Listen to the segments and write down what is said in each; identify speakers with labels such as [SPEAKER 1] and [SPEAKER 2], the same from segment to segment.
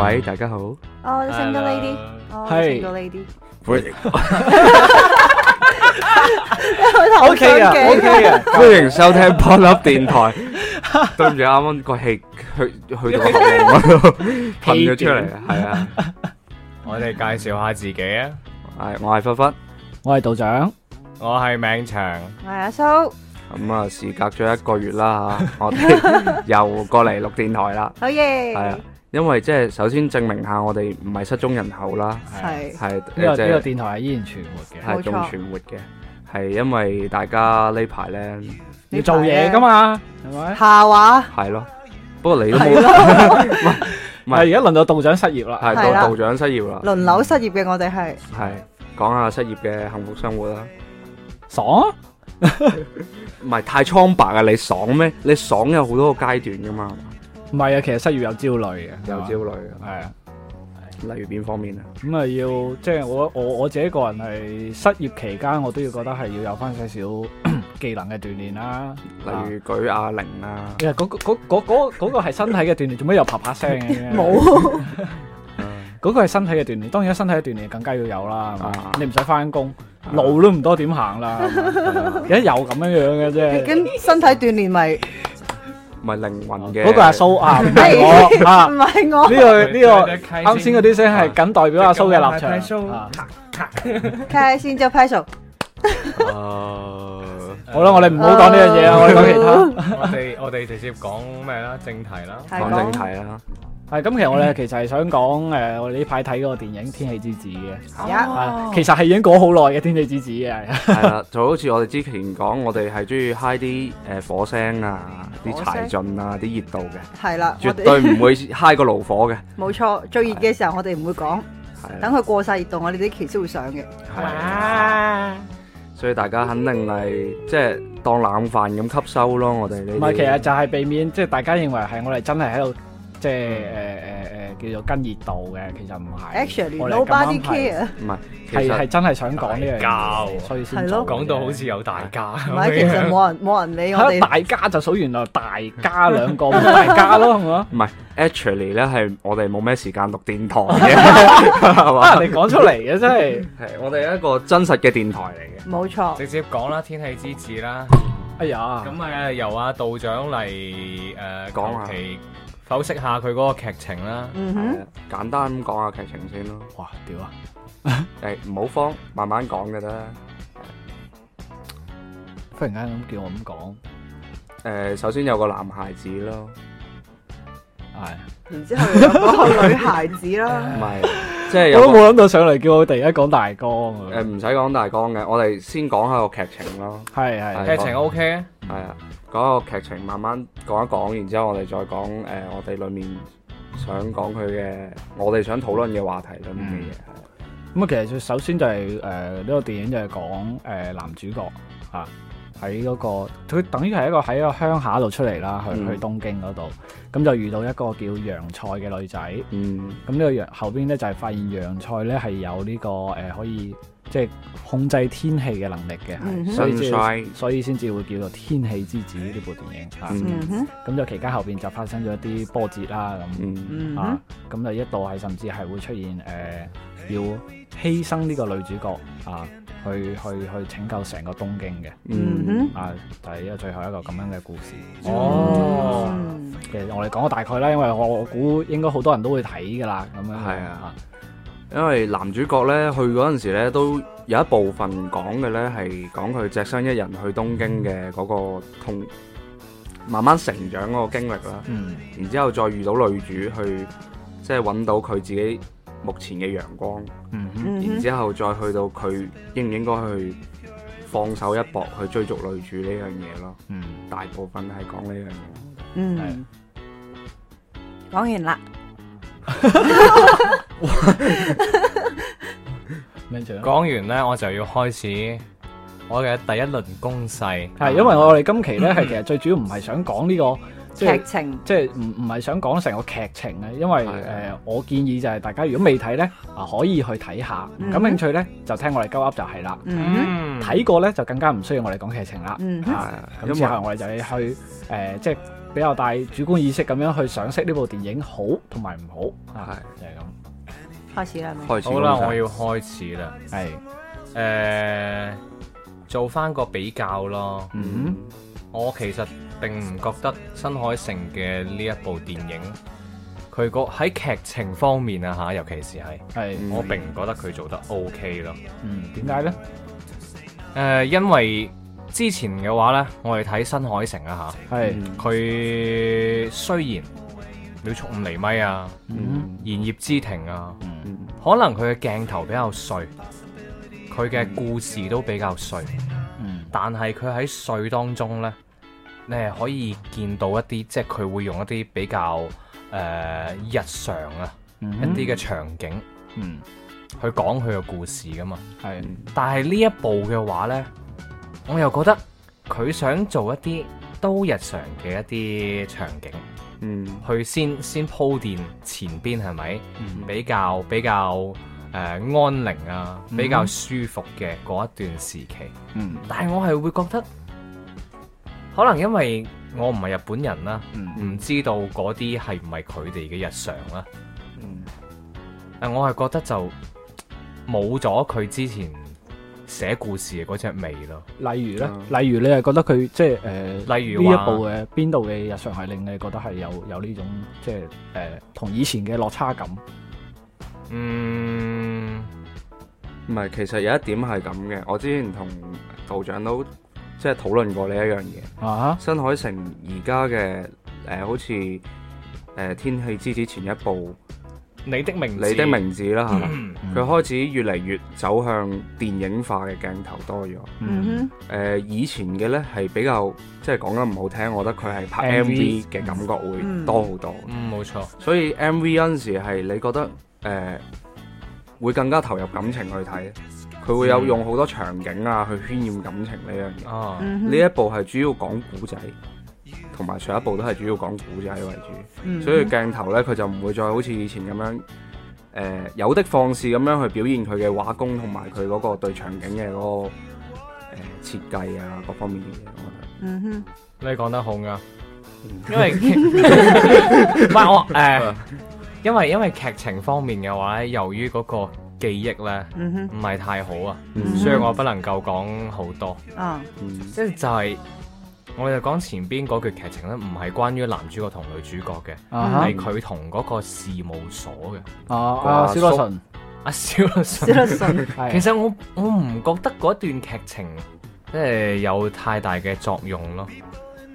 [SPEAKER 1] 喂，大家好，
[SPEAKER 2] 哦，你識唔識呢啲？哦，你識唔識呢啲？
[SPEAKER 3] 歡迎
[SPEAKER 2] 佢頭
[SPEAKER 4] O K 啊
[SPEAKER 2] 嘅
[SPEAKER 1] à.
[SPEAKER 4] ，O K 啊，
[SPEAKER 1] 歡迎收聽 Pop Up 電台。對唔住，啱啱個氣去去到個喉嚨嗰度噴咗出嚟，係啊，
[SPEAKER 3] 我哋介紹下自己啊，
[SPEAKER 1] 係我係忽忽。
[SPEAKER 4] 我係道長，
[SPEAKER 3] 我係命長，
[SPEAKER 2] 我係啊阿蘇，
[SPEAKER 1] 咁啊，事隔咗一個月啦嚇，我哋又過嚟錄電台啦，
[SPEAKER 2] 好嘢，
[SPEAKER 1] 係啊，因為即係首先證明下我哋唔係失蹤人口啦，
[SPEAKER 2] 係
[SPEAKER 1] 係啊
[SPEAKER 4] 呢個
[SPEAKER 1] 即
[SPEAKER 4] 呢個
[SPEAKER 1] 係
[SPEAKER 4] 電台係依然存活嘅，
[SPEAKER 1] 係
[SPEAKER 2] 冇錯
[SPEAKER 1] 仲存活嘅，係因為大家呢排咧
[SPEAKER 4] 要做嘢噶嘛，係咪？
[SPEAKER 2] 下話
[SPEAKER 1] 係咯，不過你都
[SPEAKER 2] 係
[SPEAKER 1] 冇，
[SPEAKER 2] 咯，
[SPEAKER 1] 唔
[SPEAKER 4] 唔
[SPEAKER 1] 係
[SPEAKER 4] 係而家輪到道長失業啦，
[SPEAKER 1] 係
[SPEAKER 2] 係啦
[SPEAKER 1] 到道長失業啦，
[SPEAKER 2] 輪流失業嘅我哋係
[SPEAKER 1] 係講下失業嘅幸福生活啦。
[SPEAKER 4] 爽啊！
[SPEAKER 1] 唔係太蒼白啊！你爽咩？你爽有好多個階段噶嘛，
[SPEAKER 4] 唔係啊，其實失業有焦慮嘅，
[SPEAKER 1] 有焦慮
[SPEAKER 4] 係啊，
[SPEAKER 1] 啊，例如邊方面啊？
[SPEAKER 4] 咁啊要即係我我我自己個人係失業期間，我都要覺得係要有翻少 少技能嘅鍛鍊啦。啊
[SPEAKER 1] 例如舉啞鈴啊，
[SPEAKER 4] 其實嗰嗰嗰嗰嗰嗰個係身體嘅鍛鍊，做咩又啪啪聲嘅？
[SPEAKER 2] 冇，
[SPEAKER 4] 嗰個係身體嘅鍛鍊，當然身體嘅鍛鍊更加要有啦。係嘛
[SPEAKER 1] 啊
[SPEAKER 4] 你唔使翻工，路都唔多點行啦。而家有咁樣樣嘅啫。
[SPEAKER 2] 咁身體鍛鍊咪
[SPEAKER 1] 唔係靈魂嘅。
[SPEAKER 4] 嗰個係蘇啊，唔係
[SPEAKER 2] 係
[SPEAKER 4] 我啊。
[SPEAKER 2] 唔係我
[SPEAKER 4] 呢個呢個啱先嗰啲聲係僅代表阿蘇嘅立場。啊
[SPEAKER 2] 睇先就批數，
[SPEAKER 4] 好啦，我哋唔好講呢樣嘢啦，我哋講其
[SPEAKER 3] 我哋 我哋直接講咩啦？正題啦，
[SPEAKER 2] 係
[SPEAKER 1] 講正題啦，
[SPEAKER 4] 他。係咁，其實我哋其實係想講誒，我哋呢排睇嗰個電影《天氣之子》嘅，啊，其實係已經講好耐嘅《天氣之子》嘅，
[SPEAKER 1] 係啦，就好似我哋之前講，我哋係中意 high 啲誒火星啊、啲
[SPEAKER 2] 火星
[SPEAKER 1] 柴進啊、啲熱度嘅，
[SPEAKER 2] 係啦，我
[SPEAKER 1] 絕對
[SPEAKER 2] 哋
[SPEAKER 1] 唔會 high 過爐火嘅。
[SPEAKER 2] 冇錯，最熱嘅時候我哋唔會講，
[SPEAKER 1] 係
[SPEAKER 2] 等
[SPEAKER 1] 啦，
[SPEAKER 2] 佢過晒熱度，我哋啲期先會上嘅，
[SPEAKER 1] 係啦所以大家肯定係即係當冷飯咁吸收咯。我哋呢啲
[SPEAKER 4] 唔係其實就係避免即係大家認為係我哋真係喺度即係誒誒誒叫做跟熱度嘅，其實唔係。
[SPEAKER 2] actually
[SPEAKER 4] 我哋咁啱
[SPEAKER 2] nobody
[SPEAKER 4] 係
[SPEAKER 2] care，
[SPEAKER 1] 唔係其
[SPEAKER 4] 係係
[SPEAKER 1] 實
[SPEAKER 4] 真係想講呢樣
[SPEAKER 3] 大家喎
[SPEAKER 4] 嘢，所以先
[SPEAKER 2] 係咯
[SPEAKER 4] 做嘅
[SPEAKER 3] 講到好似有大家
[SPEAKER 2] 唔係其
[SPEAKER 3] 咁
[SPEAKER 2] 實
[SPEAKER 3] 樣，
[SPEAKER 2] 冇人冇人理我
[SPEAKER 4] 係咯
[SPEAKER 2] 哋，
[SPEAKER 4] 大家就數原來大家兩個咪大家咯，係 嘛？
[SPEAKER 1] actually 咧係我哋冇咩時間錄電台嘅， 係嘛？
[SPEAKER 4] 啊，你講出嚟嘅真係，
[SPEAKER 1] 係我哋一個真實嘅電台嚟嘅。
[SPEAKER 2] 冇錯，
[SPEAKER 3] 直接講啦，天氣之子啦，
[SPEAKER 4] 哎呀，
[SPEAKER 3] 咁誒由阿道長嚟誒
[SPEAKER 1] 講下
[SPEAKER 3] 求其剖析下佢嗰個劇情啦，
[SPEAKER 1] 係
[SPEAKER 2] 嗯哼，
[SPEAKER 1] 啊簡單咁講下劇情先咯。
[SPEAKER 4] 哇，屌啊！
[SPEAKER 1] 誒，唔好慌，慢慢講嘅啦。
[SPEAKER 4] 忽然間咁叫我咁講，
[SPEAKER 1] 誒，首先有個男孩子咯，
[SPEAKER 4] 係
[SPEAKER 2] 然之後有個女孩子啦
[SPEAKER 1] 唔。係，即係
[SPEAKER 4] 我
[SPEAKER 1] 有
[SPEAKER 4] 都
[SPEAKER 1] 個
[SPEAKER 4] 冇諗到上嚟叫我突然間講大綱
[SPEAKER 1] 誒，
[SPEAKER 4] 啊！
[SPEAKER 1] 唔使講大綱嘅，我哋先講下個劇情咯。
[SPEAKER 4] 係係
[SPEAKER 1] 係
[SPEAKER 3] 劇情 OK 啊，
[SPEAKER 1] 係啊，講下個劇情，慢慢講一講，然之後我哋再講誒，我哋裡面想講佢嘅，我哋想討論嘅話題裡面嘅嘢。
[SPEAKER 4] 咁啊，其實首先就係誒呃呢個電影就係講誒男主角嚇喺嗰個佢等於係一個喺一個鄉下度出嚟啦，去
[SPEAKER 1] 嗯
[SPEAKER 4] 去東京嗰度，咁就遇到一個叫洋菜嘅女仔。
[SPEAKER 1] 嗯，
[SPEAKER 4] 咁呢個洋後邊咧就係發現洋菜咧係有呢、個誒、呃可以即係控制天氣嘅能力嘅，
[SPEAKER 2] 嗯
[SPEAKER 4] 係
[SPEAKER 2] 哼
[SPEAKER 4] 所以先
[SPEAKER 1] Sunshine
[SPEAKER 4] 所以先至會叫做《天氣之子》呢部電影嚇。啊
[SPEAKER 1] 嗯
[SPEAKER 2] 嗯哼，
[SPEAKER 4] 咁就期間後邊就發生咗一啲波折啦咁。
[SPEAKER 1] 嗯，
[SPEAKER 2] 嗯哼
[SPEAKER 4] 啊，，咁就一度係甚至係會出現誒、呃要犧牲呢個女主角啊，去去去拯救成個東京嘅
[SPEAKER 2] 嗯
[SPEAKER 1] 嗯，
[SPEAKER 2] 哼，
[SPEAKER 4] 啊，就係、一個最後一個咁樣嘅故事。
[SPEAKER 3] 哦，
[SPEAKER 2] 嗯
[SPEAKER 4] 其實我哋講個大概啦，因為我我估應該好多人都會睇㗎啦，咁樣
[SPEAKER 1] 係啊，因為男主角咧去嗰陣時咧，都有一部分講嘅咧係講佢隻身一人去東京嘅嗰個痛，慢慢成長嗰個經歷啦。
[SPEAKER 4] 嗯
[SPEAKER 1] 然之後再遇到女主去，即係揾到佢自己目前嘅陽光，
[SPEAKER 4] 嗯哼
[SPEAKER 2] 嗯
[SPEAKER 1] 然
[SPEAKER 2] 哼，
[SPEAKER 1] 之後再去到佢應唔應該去放手一搏去追逐女主呢樣嘢咯。
[SPEAKER 4] 嗯，
[SPEAKER 1] 大部分係講呢樣嘢。
[SPEAKER 2] 嗯，講完啦，
[SPEAKER 4] 咩獎？
[SPEAKER 3] 講完咧我就要開始我嘅第一輪攻勢，
[SPEAKER 4] 係因為我哋今期咧係其實最主要唔係想講呢個即係
[SPEAKER 2] 劇情
[SPEAKER 4] 即係唔唔係想講成個劇情啊，因為誒、
[SPEAKER 1] 係
[SPEAKER 4] 呃我建議就係大家如果未睇呢，啊可以去睇下，
[SPEAKER 2] 嗯
[SPEAKER 4] 感興趣呢，就聽我哋鳩噏就係啦。
[SPEAKER 2] 嗯
[SPEAKER 4] 睇過呢，就更加唔需要我哋講劇情啦。
[SPEAKER 2] 嗯
[SPEAKER 1] 係
[SPEAKER 2] 哼
[SPEAKER 1] 啊因
[SPEAKER 4] 咁之
[SPEAKER 1] 為
[SPEAKER 4] 後我哋就要去誒、呃即係比較帶主觀意識咁樣去賞識呢部電影好同埋唔好啊，就係咁。
[SPEAKER 2] 開始啦，係咪
[SPEAKER 1] 開始
[SPEAKER 3] 好啦，
[SPEAKER 1] 咁
[SPEAKER 3] 我要開始啦。
[SPEAKER 4] 係，
[SPEAKER 3] 诶、做翻個比較咯。
[SPEAKER 1] 嗯
[SPEAKER 3] 我其實並唔覺得新海誠嘅呢一部電影，佢個喺劇情方面啊吓，尤其是係，
[SPEAKER 4] 係，
[SPEAKER 1] 嗯
[SPEAKER 3] 我並唔覺得佢做得 OK 咯。
[SPEAKER 4] 嗯，點解呢？
[SPEAKER 3] 誒、因為之前嘅話呢，我哋睇新海誠啊
[SPEAKER 4] 係，
[SPEAKER 1] 嗯
[SPEAKER 3] 嚇，佢雖然秒速五厘米啊、
[SPEAKER 4] 嗯
[SPEAKER 1] 嗯
[SPEAKER 3] 言葉之庭啊，
[SPEAKER 4] 嗯
[SPEAKER 1] 嗯
[SPEAKER 3] 可能佢嘅鏡頭比較碎，佢嘅故事都比較碎，
[SPEAKER 4] 嗯
[SPEAKER 3] 但係佢喺碎當中呢，你係可以見到一啲即係佢會用一啲比較誒、日常啊一
[SPEAKER 4] 嗯，
[SPEAKER 3] 啲嘅場景
[SPEAKER 4] 嗯
[SPEAKER 3] 去講佢嘅故事噶嘛。
[SPEAKER 4] 係，
[SPEAKER 3] 但係呢一部嘅話呢，我又覺得佢想做一啲都日常嘅一啲場景，
[SPEAKER 1] 嗯
[SPEAKER 3] 去先先鋪墊前邊係咪
[SPEAKER 4] 嗯
[SPEAKER 3] 比較比較誒、呃安寧啊，
[SPEAKER 4] 嗯
[SPEAKER 3] 比較舒服嘅嗰一段時期。
[SPEAKER 4] 嗯
[SPEAKER 3] 但係我係會覺得，可能因為我唔係日本人啦，
[SPEAKER 4] 嗯
[SPEAKER 3] 唔知道嗰啲係唔係佢哋嘅日常啦。
[SPEAKER 4] 嗯
[SPEAKER 3] 但我係覺得就冇咗佢之前寫故事嘅嗰隻味咯。
[SPEAKER 4] 例
[SPEAKER 1] 嗯
[SPEAKER 4] 如呢，例如你係覺得佢即係誒。
[SPEAKER 3] 啊例
[SPEAKER 4] 呢
[SPEAKER 3] 如
[SPEAKER 4] 一
[SPEAKER 3] 話
[SPEAKER 4] 部嘅邊度嘅日常係令你覺得係有有呢種即係誒同以前嘅落差感？
[SPEAKER 3] 嗯，
[SPEAKER 1] 唔係，其實有一點係咁嘅，我之前同道長都即係討論過呢一樣嘢。
[SPEAKER 4] 啊
[SPEAKER 1] 新海誠而家嘅誒，好似誒、呃天氣之子前一部
[SPEAKER 3] 你的名字，
[SPEAKER 1] 你的名字啦，係嘛？
[SPEAKER 4] 嗯
[SPEAKER 1] 佢開始越嚟越走向電影化嘅鏡頭多咗。誒、
[SPEAKER 2] 嗯
[SPEAKER 1] 以前嘅呢係比較即係講得唔好聽，我覺得佢係拍
[SPEAKER 4] MV
[SPEAKER 1] MV 嘅感覺會
[SPEAKER 2] 嗯
[SPEAKER 1] 多好多。
[SPEAKER 3] 嗯，冇錯，
[SPEAKER 1] 所以 MV 嗰陣時係你覺得誒、呃、會更加投入感情去睇，佢會有用好多場景啊去渲染感情呢樣嘢。
[SPEAKER 3] 哦，
[SPEAKER 2] 哼，
[SPEAKER 4] 嗯
[SPEAKER 1] 呢一部係主要講古仔，同埋上一部都係主要講古仔為主，
[SPEAKER 4] 嗯
[SPEAKER 2] 一
[SPEAKER 1] 所以鏡頭呢，佢就唔會再好似以前咁樣。誒、有的放矢咁樣去表現佢嘅畫工同埋佢嗰個對場景嘅嗰、個誒、呃、設計啊各方面嘅嘢，我覺得
[SPEAKER 2] 嗯哼，
[SPEAKER 3] 你講得好啱
[SPEAKER 1] 嗯，
[SPEAKER 3] 因為唔係我誒，因為因為劇情方面嘅話咧，由於嗰個記憶咧
[SPEAKER 2] 嗯哼，
[SPEAKER 3] 唔係太好啊，
[SPEAKER 1] 嗯
[SPEAKER 3] 所以我不能夠講好多，
[SPEAKER 2] 啊，
[SPEAKER 1] 嗯
[SPEAKER 3] 即係就係我就講前邊嗰句劇情咧，唔係關於男主角同女主角嘅，
[SPEAKER 4] 啊
[SPEAKER 2] 嗯
[SPEAKER 3] 係佢同嗰個事務所嘅
[SPEAKER 4] 啊啊！
[SPEAKER 1] 哇
[SPEAKER 4] 小羅神
[SPEAKER 3] 阿蕭律師
[SPEAKER 2] 小律順，
[SPEAKER 3] 其
[SPEAKER 4] 係
[SPEAKER 3] 實我我唔覺得嗰段劇情即係有太大嘅作用咯，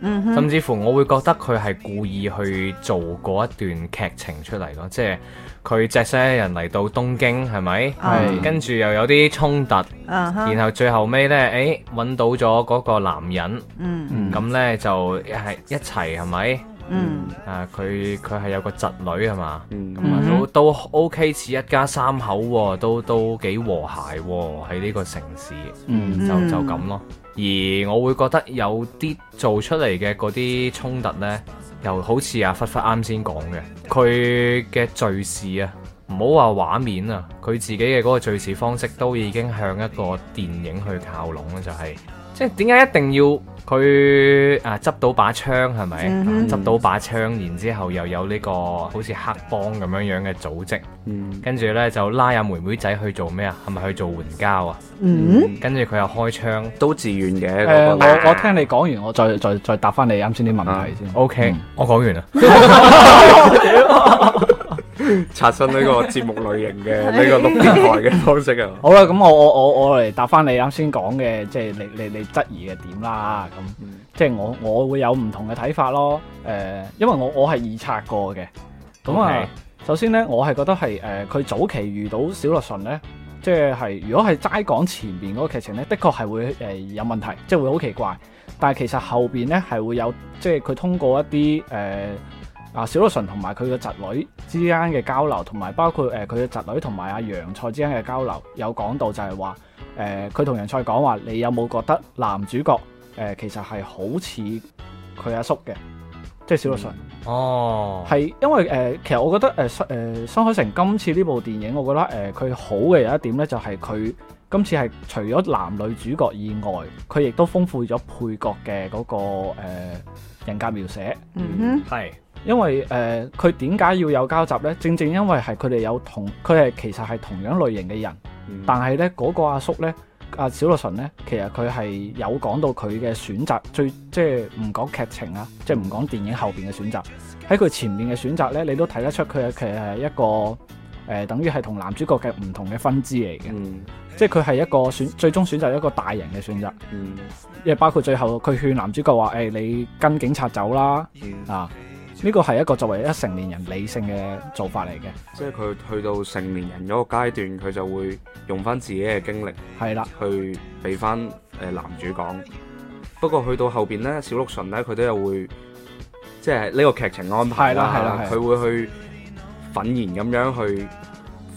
[SPEAKER 2] 嗯哼，
[SPEAKER 3] 甚至乎我會覺得佢係故意去做嗰一段劇情出嚟咯，即係佢隻西人嚟到東京係咪？
[SPEAKER 2] 係
[SPEAKER 3] 跟住又有啲衝突，
[SPEAKER 2] 啊哈，
[SPEAKER 3] 然後最後尾呢，誒揾到咗嗰個男人，
[SPEAKER 2] 嗯
[SPEAKER 4] 嗯
[SPEAKER 3] 咁呢就一係一齊係咪？
[SPEAKER 2] 嗯
[SPEAKER 3] 啊，佢佢係有個侄女係嘛？
[SPEAKER 1] 嗯
[SPEAKER 3] 咁啊
[SPEAKER 2] 嗯
[SPEAKER 3] 都都 OK 似一家三口喎，都都幾和諧喎，喺呢個城市
[SPEAKER 4] 嗯
[SPEAKER 3] 就
[SPEAKER 2] 嗯
[SPEAKER 3] 就咁咯。而我會覺得有啲做出嚟嘅嗰啲衝突呢，又好似阿忽忽啱先講嘅，佢嘅敘事啊，唔好話畫面啊，佢自己嘅嗰個敘事方式都已經向一個電影去靠攏啦，就係、即係點解一定要佢啊執到把槍係咪？
[SPEAKER 2] 嗯哼
[SPEAKER 3] 執到把槍，然之後又有呢、個好似黑幫咁樣樣嘅組織，
[SPEAKER 1] 嗯
[SPEAKER 3] 跟住呢，就拉阿妹妹仔去做咩啊？係咪去做援交啊？
[SPEAKER 2] 嗯，
[SPEAKER 3] 跟住佢又開槍。
[SPEAKER 1] 都自願嘅嗰
[SPEAKER 4] 誒，
[SPEAKER 1] 個
[SPEAKER 4] 呃我我聽你講完，我再再再答翻你啱先啲問題先。
[SPEAKER 3] O K，我講完啦。
[SPEAKER 1] 刷新呢個節目類型 嘅呢個錄電台嘅方式啊。
[SPEAKER 4] 好啦，咁我我我我嚟答翻你啱先講嘅，即係你你你質疑嘅點啦。咁
[SPEAKER 1] 嗯
[SPEAKER 4] 即係我我會有唔同嘅睇法咯。誒，因為我我係二刷過嘅，咁啊
[SPEAKER 3] OK。
[SPEAKER 4] 首先咧，我係覺得係誒，呃佢、早期遇到小律順咧，即係如果係齋講前邊嗰個劇情咧，的確係會誒、呃有問題，即係會好奇怪。但係其實後邊咧係會有，即係佢通過一啲誒、呃啊小律順同埋佢嘅侄女之間嘅交流，同埋包括誒佢嘅侄女同埋阿楊菜之間嘅交流，有講到就係話誒佢同楊菜講話，你有冇覺得男主角誒、呃其實係好似佢阿叔嘅？即係小律神。
[SPEAKER 3] 哦，
[SPEAKER 4] 係因為誒、呃其實我覺得誒誒、呃新海誠今次呢部電影，我覺得呃誒佢、好嘅有一點咧，就係佢今次係除咗男女主角以外，佢亦都豐富咗配角嘅嗰、個、呃、人格描寫。
[SPEAKER 2] 嗯
[SPEAKER 3] 係
[SPEAKER 4] 因為誒佢點解要有交集呢？正正因為係佢哋有同佢係其實係同樣類型嘅人，
[SPEAKER 1] 嗯
[SPEAKER 4] 但係呢嗰、個阿叔呢，阿小律神呢，其實佢係有講到佢嘅選擇，最即係唔講劇情啊，即係唔講電影後邊嘅選擇，喺佢前面嘅選擇呢，你都睇得出佢係其實係一個誒、呃等於係同男主角嘅唔同嘅分支嚟嘅，
[SPEAKER 1] 嗯
[SPEAKER 4] 即係佢係一個選最終選擇一個大型嘅選擇，
[SPEAKER 1] 嗯
[SPEAKER 4] 因為包括最後佢勸男主角話：誒、你跟警察走啦。
[SPEAKER 1] 嗯，
[SPEAKER 4] 啊，呢個係一個作為一成年人理性嘅做法嚟嘅，
[SPEAKER 1] 即係佢去到成年人嗰個階段，佢就會用翻自己嘅經歷
[SPEAKER 4] 係啦，
[SPEAKER 1] 去俾翻誒男主講。不過去到後邊呢，小鹿純呢，佢都有會即係呢個劇情安排
[SPEAKER 4] 係啦係啦係啦
[SPEAKER 1] 佢會去憤然咁樣去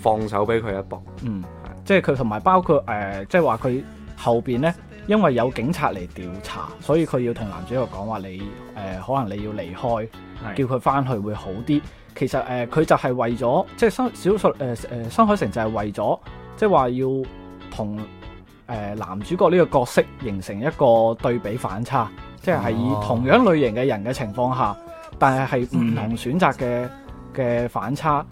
[SPEAKER 1] 放手俾佢一搏。
[SPEAKER 4] 嗯，即係佢同埋包括誒、呃即係話佢後邊呢，因為有警察嚟調查，所以佢要同男主角講話你誒、呃可能你要離開，
[SPEAKER 3] 係
[SPEAKER 4] 叫佢翻去會好啲。其實誒，呃佢、就係為咗即係新小術誒誒新海誠就係為咗即係話要同誒、呃男主角呢個角色形成一個對比反差，即係係以
[SPEAKER 3] 哦
[SPEAKER 4] 同樣類型嘅人嘅情況下，但係係唔同選擇嘅嘅反差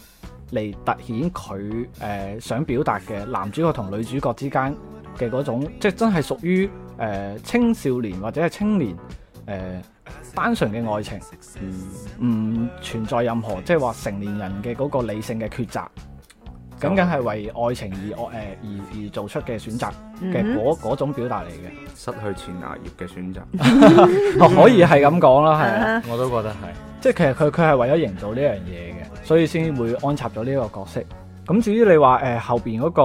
[SPEAKER 4] 嚟突顯佢誒想表達嘅男主角同女主角之間嘅嗰種，即係真係屬於誒、呃青少年或者係青年誒、呃、單純嘅愛情。
[SPEAKER 1] 嗯，
[SPEAKER 4] 唔存在任何即係話成年人嘅嗰個理性嘅抉擇，僅僅係為愛情而惡誒、呃而而做出嘅選擇
[SPEAKER 2] 哼，
[SPEAKER 4] 嘅
[SPEAKER 2] 嗯
[SPEAKER 4] 嗰嗰種表達嚟嘅，哦
[SPEAKER 1] 失去前額葉嘅 選擇。
[SPEAKER 4] 可以係咁講啦，係啊，
[SPEAKER 2] 嗯哼，
[SPEAKER 3] 我都覺得係
[SPEAKER 4] 即係其實佢佢係為咗營造呢樣嘢嘅，所以先會安插咗呢個角色。咁至於你話誒、呃、後邊嗰、個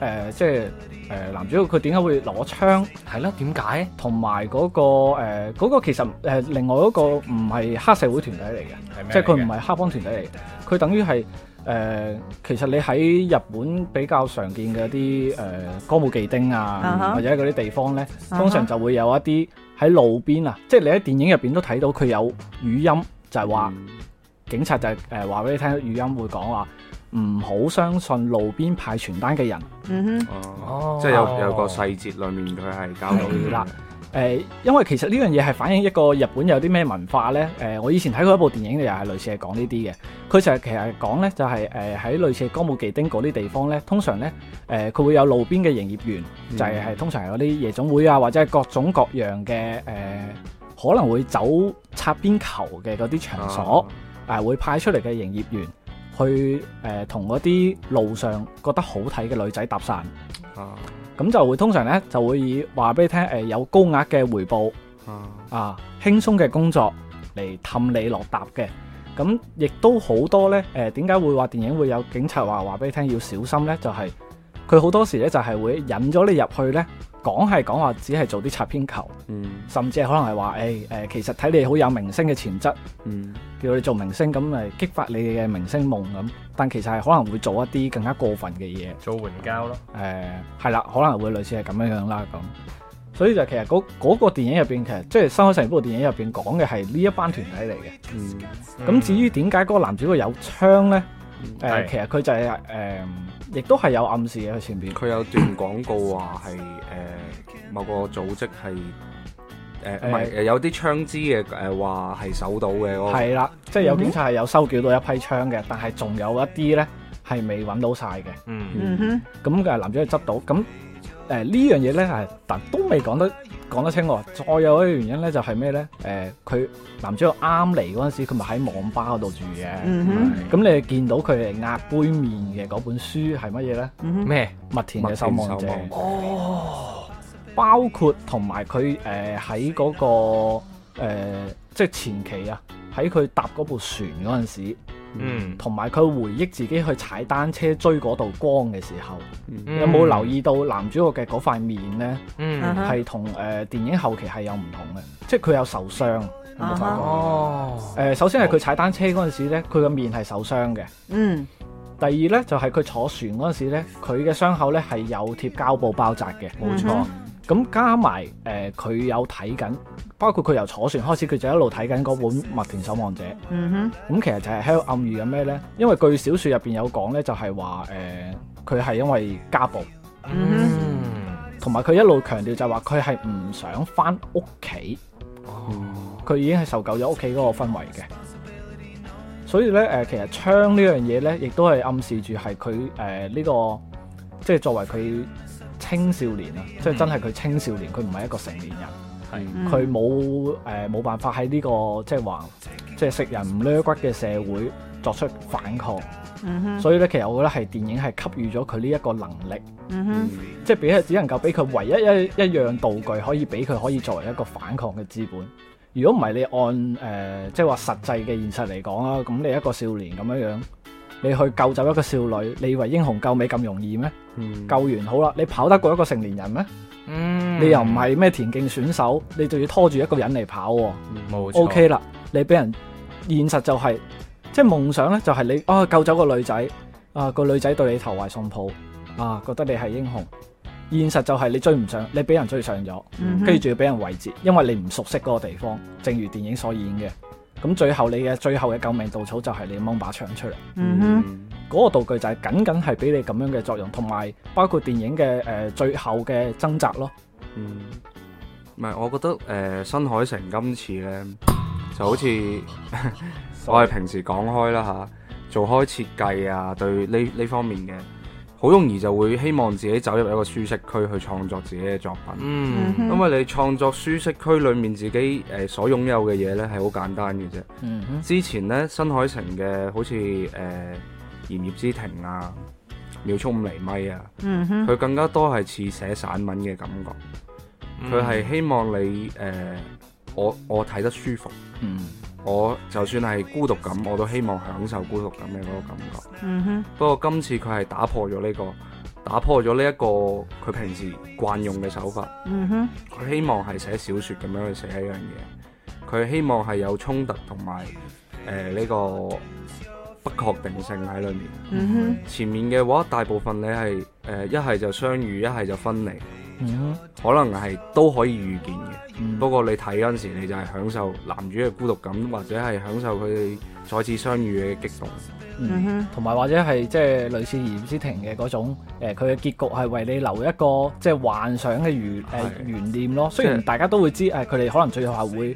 [SPEAKER 4] 呃即係誒、呃男主角佢點解會攞槍？
[SPEAKER 3] 係啦，點解？
[SPEAKER 4] 同埋嗰個誒嗰、個其實誒、呃另外嗰個唔係黑社會團體嚟
[SPEAKER 3] 係
[SPEAKER 4] 嘅，
[SPEAKER 3] 咩
[SPEAKER 4] 即係佢
[SPEAKER 3] 嚟嘅
[SPEAKER 4] 唔係黑幫團體嚟嘅，佢等於係誒、呃其實你喺日本比較常見嘅一啲誒歌舞伎町啊
[SPEAKER 2] 啊哈
[SPEAKER 4] 或者嗰啲地方咧，
[SPEAKER 2] 哈
[SPEAKER 4] 通常就會有一啲喺路邊啊，即係你喺電影入邊都睇到佢有語音，就係話、警察就係誒話俾你聽語音會講話唔好相信路邊派傳單嘅人。
[SPEAKER 2] 嗯哼，
[SPEAKER 1] 哦，
[SPEAKER 3] 哦，
[SPEAKER 1] 即係有有個細節裡面佢係搞到
[SPEAKER 4] 係啦誒、因為其實呢樣嘢係反映一個日本有啲咩文化呢？誒、我以前睇過一部電影，又係類似係講呢啲嘅。佢就係其實講呢，就係誒喺類似歌舞伎町嗰啲地方呢，通常呢，誒、佢會有路邊嘅營業員，
[SPEAKER 1] 嗯
[SPEAKER 4] 就係、係通常係嗰啲夜總會啊，或者係各種各樣嘅誒、可能會走擦邊球嘅嗰啲
[SPEAKER 1] 啊
[SPEAKER 4] 場所，誒、會派出嚟嘅營業員去誒同嗰啲路上覺得好睇嘅女仔搭訕。
[SPEAKER 1] 啊
[SPEAKER 4] 咁就會通常呢，就會以話俾你聽，誒、呃有高額嘅回報
[SPEAKER 1] 啊啊
[SPEAKER 4] 啊，輕鬆嘅工作嚟氹你落搭嘅。咁亦都好多呢，誒點解會話電影會有警察話話俾你聽要小心呢？就係佢好多時呢，就係會引咗你入去呢，講係講話只係做啲擦邊球，
[SPEAKER 1] 嗯
[SPEAKER 4] 甚至係可能係話誒誒，其實睇你好有明星嘅潛質，
[SPEAKER 1] 嗯
[SPEAKER 4] 叫你做明星咁咪激發你嘅明星夢咁，但其實係可能會做一啲更加過分嘅嘢。
[SPEAKER 3] 做援交咯，
[SPEAKER 4] 誒呃係啦，可能會類似係咁樣樣啦咁。所以就其實嗰嗰、個電影入邊，其實即係新海誠部電影入邊講嘅係呢一班團體嚟嘅。
[SPEAKER 1] 嗯
[SPEAKER 4] 咁、至於點解嗰個男主角有槍咧？誒、
[SPEAKER 3] 係
[SPEAKER 4] 其實佢就係、誒、亦都係有暗示嘅佢前邊。
[SPEAKER 1] 佢有段廣告話係誒呃某個組織係誒唔係誒呃有啲槍支嘅誒話係搜到嘅嗰個
[SPEAKER 4] 係啦，即係有警察係有收繳到一批槍嘅，但係仲有一啲咧係未揾到晒嘅。
[SPEAKER 3] 嗯
[SPEAKER 2] 嗯哼，
[SPEAKER 4] 咁嘅男主角執到，咁誒呢樣嘢咧係，但都未講得講得清喎。再有一個原因咧就係咩咧？誒、佢男主角啱嚟嗰陣時，佢咪喺網吧嗰度住嘅。
[SPEAKER 2] 嗯哼，
[SPEAKER 4] 咁你哋見到佢哋壓杯面嘅嗰本書係乜嘢呢？
[SPEAKER 2] 嗯哼，
[SPEAKER 3] 咩？
[SPEAKER 4] 麥田嘅守望者
[SPEAKER 1] 麥田守，望者
[SPEAKER 4] 包括同埋佢誒喺嗰個、呃、即係前期啊，喺佢搭嗰部船嗰陣時，
[SPEAKER 3] 嗯，
[SPEAKER 4] 同埋佢回憶自己去踩單車追嗰道光嘅時候，
[SPEAKER 3] 嗯
[SPEAKER 4] 有冇留？意到男主角嘅嗰塊面呢？
[SPEAKER 2] 啊
[SPEAKER 3] 嗯，
[SPEAKER 2] 哈
[SPEAKER 4] 係同誒電影後期係有唔同嘅，即係佢有受傷。有冇睇過
[SPEAKER 2] 啊
[SPEAKER 3] 哦，
[SPEAKER 4] 誒首先係佢踩單車嗰陣時咧，佢個面係受傷嘅。
[SPEAKER 2] 嗯，
[SPEAKER 4] 第二
[SPEAKER 3] 嗯
[SPEAKER 4] 咧就係佢坐船嗰陣時咧，佢嘅傷口咧係有貼膠布包紮嘅，
[SPEAKER 2] 冇錯
[SPEAKER 4] 咁加埋誒佢有睇緊，包括佢由坐船開始，佢就一路睇緊嗰本《麥田守望者》。
[SPEAKER 2] 嗯
[SPEAKER 4] 咁其實就係喺度暗喻緊咩呢？因為據小説入邊有講呢，就係話誒佢係因為家暴，
[SPEAKER 2] 嗯
[SPEAKER 4] 同埋佢一路強調就係話佢係唔想翻屋企。佢已經係受夠咗屋企嗰個氛圍嘅。所以咧，誒、其實槍呢樣嘢咧，亦都係暗示住係佢誒呢個，即係作為佢青少年啊，即係真係佢青少年，佢唔係一個成年人，
[SPEAKER 1] 嗯
[SPEAKER 2] 哼，
[SPEAKER 4] 佢冇誒冇辦法喺呢、個即係話即係食人唔掠骨嘅社會作出反抗。
[SPEAKER 2] 嗯哼，
[SPEAKER 4] 所以咧，其實我覺得係電影係給予咗佢呢一個能力，
[SPEAKER 2] 嗯哼，
[SPEAKER 4] 即係俾佢只能夠俾佢唯一一一樣道具可以俾佢可以作為一個反抗嘅資本。如果唔係你按誒、呃即係話實際嘅現實嚟講啦，咁你一個少年咁樣樣，你去救走一個少女，你以為英雄救美咁容易咩？
[SPEAKER 1] 嗯
[SPEAKER 4] 救完好啦，你跑得過一個成年人咩？
[SPEAKER 3] 嗯
[SPEAKER 4] 你又唔係咩田徑選手，你就要拖住一個人嚟跑喎、
[SPEAKER 3] 冇
[SPEAKER 4] O K 啦，你俾人現實就係、即係夢想咧，就係你啊救走個女仔，啊個女仔對你投懷送抱，啊覺得你係英雄。現實就係你追唔上，你俾人追上咗，
[SPEAKER 2] 嗯哼
[SPEAKER 4] 跟住仲要俾人圍截，因為你唔熟悉嗰個地方。正如電影所演嘅，咁最後你嘅最後嘅救命稻草就係你掹把槍出嚟。
[SPEAKER 2] 嗯哼，
[SPEAKER 4] 嗰、個道具就係僅僅係俾你咁樣嘅作用，同埋包括電影嘅誒、呃最後嘅掙扎咯。
[SPEAKER 1] 嗯，唔係，我覺得誒、呃新海誠今次咧就 好似我哋平時講開啦吓，做開設計啊，對呢呢方面嘅，好容易就會希望自己走入一個舒適區去創作自己嘅作品，
[SPEAKER 3] 嗯
[SPEAKER 2] 嗯
[SPEAKER 1] 因為你創作舒適區裡面自己誒、呃所擁有嘅嘢咧係好簡單嘅啫。
[SPEAKER 4] 嗯哼，
[SPEAKER 1] 之前咧新海誠嘅好似誒、呃《炎葉之庭》啊，《秒速五厘米》啊。
[SPEAKER 2] 嗯哼，
[SPEAKER 1] 佢更加多係似寫散文嘅感覺，
[SPEAKER 3] 嗯
[SPEAKER 1] 佢係、希望你誒、呃我我睇得舒服，
[SPEAKER 4] 嗯
[SPEAKER 1] 我就算係孤獨感，我都希望享受孤獨感嘅嗰個感覺。
[SPEAKER 2] 嗯哼，
[SPEAKER 1] 不過今次佢係打破咗呢、個，打破咗呢一個佢平時慣用嘅手法，
[SPEAKER 2] 嗯哼，
[SPEAKER 1] 佢希望係寫小説咁樣去寫一樣嘢，佢希望係有衝突同埋誒呢個不確定性喺裏面。
[SPEAKER 2] 嗯哼，
[SPEAKER 1] 前面嘅話，大部分你係誒一係就相遇，一係就分離。
[SPEAKER 4] 嗯
[SPEAKER 1] 可能係都可以預見嘅。
[SPEAKER 4] 哼，
[SPEAKER 1] 不過你睇嗰陣時，你就係享受男主嘅孤獨感，或者係享受佢哋再次相遇嘅激動。
[SPEAKER 4] 嗯
[SPEAKER 2] 嗯哼，
[SPEAKER 4] 同埋或者係即係類似嚴之庭嘅嗰種，誒佢嘅結局係為你留一個即係幻想嘅懸誒
[SPEAKER 1] 係
[SPEAKER 4] 懸念咯。雖然
[SPEAKER 1] 即係
[SPEAKER 4] 大家都會知誒佢哋可能最後係會